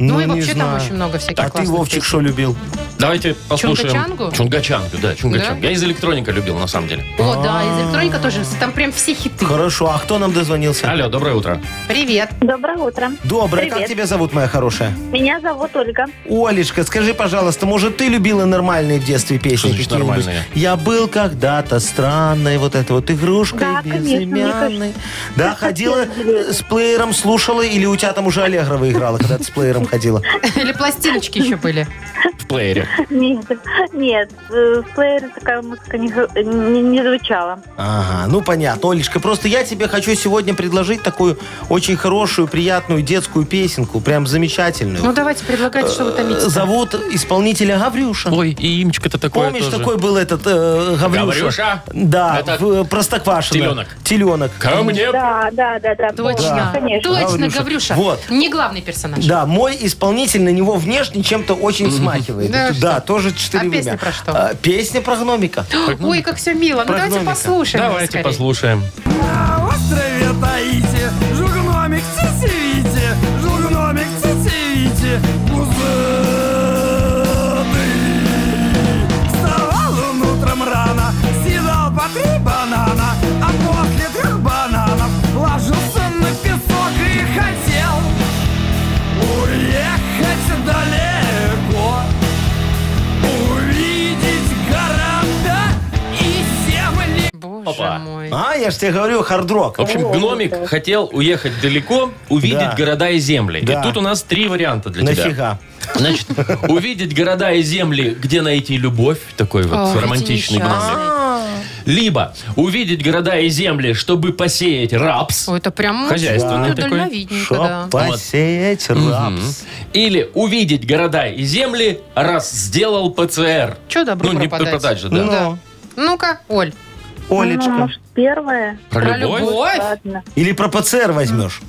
Ну, и не вообще там знаю. очень много всяких А ты, классных Вовчик, песен. что любил? Давайте послушаем. Чунгачангу? Чунгачангу, да, Чунгачангу. Да? Я из электроника любил, на самом деле. О, да, из электроника тоже. Там прям все хиты. Хорошо, а кто нам дозвонился? Алло, доброе утро. Привет. Доброе утро. Доброе, как Привет. тебя зовут, моя хорошая? Меня зовут Ольга. Олечка, скажи, пожалуйста, может, ты любила нормальные в детстве песни? Что значит какие-нибудь? нормальные? Я был когда-то странной, вот эта вот игрушкой Да, конечно, мне безымянной. кажется. Да, Это ходила совсем интересно. э, с плеером, слушала, или у тебя там уже Аллегрова играла, когда ты с плеером ходила? Или пластиночки еще были. В плеере. Нет, нет, э, в плеере такая музыка не, г- не- не звучала. Ага, ну понятно, Олечка, просто я тебе хочу сегодня предложить такую очень хорошую, приятную детскую песенку, прям замечательную. Ну, давайте предлагайте, что вы Э, томите. Зовут исполнителя Гаврюша. Ой, и имечко-то такое Помнишь, тоже. такой был этот э, Гаврюша? Гаврюша? Да, Это в, э, Простоквашино. теленок. Теленок. Ко мне. Да, да, да, Э, да. Точно. Да, Конечно. Точно, Гаврюша. Гаврюша. Вот. Не главный персонаж. Да, мой исполнитель на него внешне чем-то очень смахивает. Да Да, что? тоже четыре А песня имя. про что? А, песня <gasps> про гномика. Ой, как все мило. Ну, давайте Прогномика. послушаем. Давайте скорее. послушаем. острове Таити Жугномик цицевите, жугномик цицевите Пузатый Вставал он утром рано, съедал по три банана А после трех бананов ложился на песок и хотел Уехать далеко Увидеть города и земли Боже Опа. мой. А, я же тебе говорю, хардрок. В общем, гномик хотел уехать далеко, увидеть Да. города и земли. Да. И тут у нас три варианта для тебя. Нафига? Значит, увидеть города и земли, где найти любовь, такой вот Ой, романтичный эти несчастные. гномик. Либо увидеть города и земли, чтобы посеять рапс. Ой, это прям Хозяйственный ну, такой. дальновидненько, Чтоб да. посеять рапс. Или увидеть города и земли, раз сделал ПЦР. Че добро ну, не пропадать? пропадать же, да. Ну. Да. Ну-ка, Оль. Ну, Олечка. может, первое? Про, любовь? Ладно. Или про ПЦР возьмешь.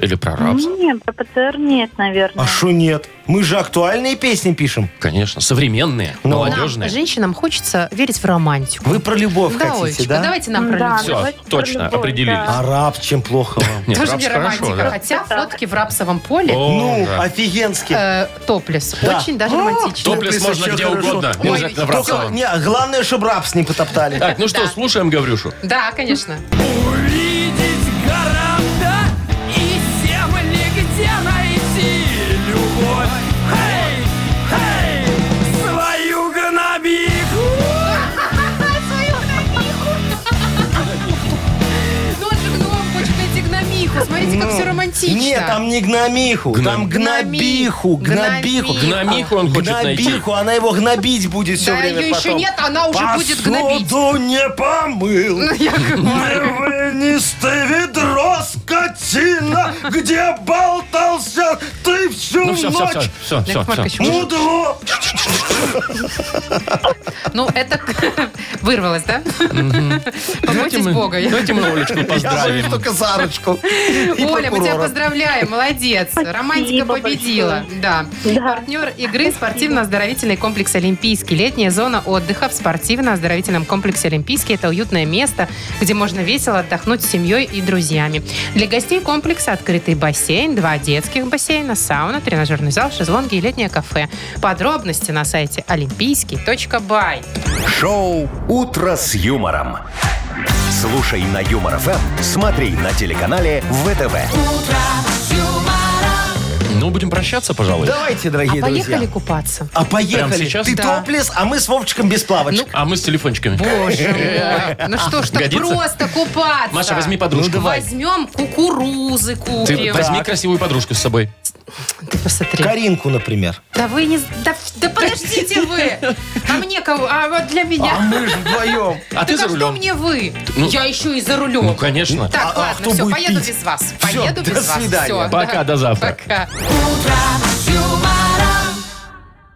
Или про рапс. Нет, про ПЦР нет, наверное. А что нет? Мы же актуальные песни пишем. Конечно, современные, Ну. молодежные. Нам, женщинам, хочется верить в романтику. Вы про любовь да, хотите, Олечка, да? давайте нам про Да. любовь. Все, давайте про точно, любовь, определились. да. А раб чем плохо вам? Нет, Тоже рапс не хорошо, романтика, да. хотя фотки в рапсовом поле О, Ну, да. офигенски. э, топлес. Да. Очень даже А, романтично. Топлес Топлес можно вообще где хорошо. угодно. Ой, Нельзя в Только- рапсовом. не, главное, чтобы рапс не потоптали. Так, ну что, слушаем Гаврюшу. Да, конечно. Увидеть города и земли, где найти любовь. Хей, хей, свою гнобиху. Ну, он же гном, хочет найти гномиху. Смотрите, как Ну, все романтично. Нет, там не гномиху, там гнобиху, Гноми- гнобиху. Гномиху он хочет найти. Гнобиху, она его гнобить будет все Да, время ее еще потом. Ну, нет, она уже будет гнобить. <laughs> Посуду не помыл, не вынес ты ведро, скотина, где болтался ты всю Ну все, все, все, ночь. все, все, Яков Маркович, может, Мудро. Ну, это <laughs> вырвалось, да? Побойтесь Бога. я- Давайте мы Олечку Я поздравим. боюсь только Сарочку. Оля, мы и тебя прокурора. поздравляем, молодец. Романтика победила. Да. Партнер игры спортивно-оздоровительный комплекс «Олимпийский». Летняя зона отдыха в спортивно-оздоровительном комплексе «Олимпийский» – это уютное место, где можно весело отдохнуть с семьей и друзьями. Для гостей комплекса открытый бассейн, два детских бассейна, сауна, тренажерный зал, шезлонги и летнее кафе. Подробности на сайте олимпийский.бай. Шоу «Утро с юмором». Слушай на Юмор ФМ, смотри на телеканале ВТВ. Ну, будем прощаться, пожалуй. Давайте, дорогие друзья. А Поехали купаться. А поехали. Прямо сейчас? Ты Да. топлес, а мы с Вовчиком без плавочек. А мы с телефончиками. Боже мой. Ну что ж так э, Годится? просто купаться. Маша, возьми подружку. Возьмем кукурузы Ты купим. возьми красивую подружку с собой. Ты посмотри. Каринку, например. Да вы не... Да, да подождите вы! А мне кого? А вот для А меня? мы же вдвоем. А ты Так за а что рулем. мне вы? Ну, Я еще и за рулем. Ну, конечно. а- Так, а ладно, кто все, будет поеду пить? без вас. Всё, Поеду до без вас. свидания. Всё, Пока, да. до завтра. Пока.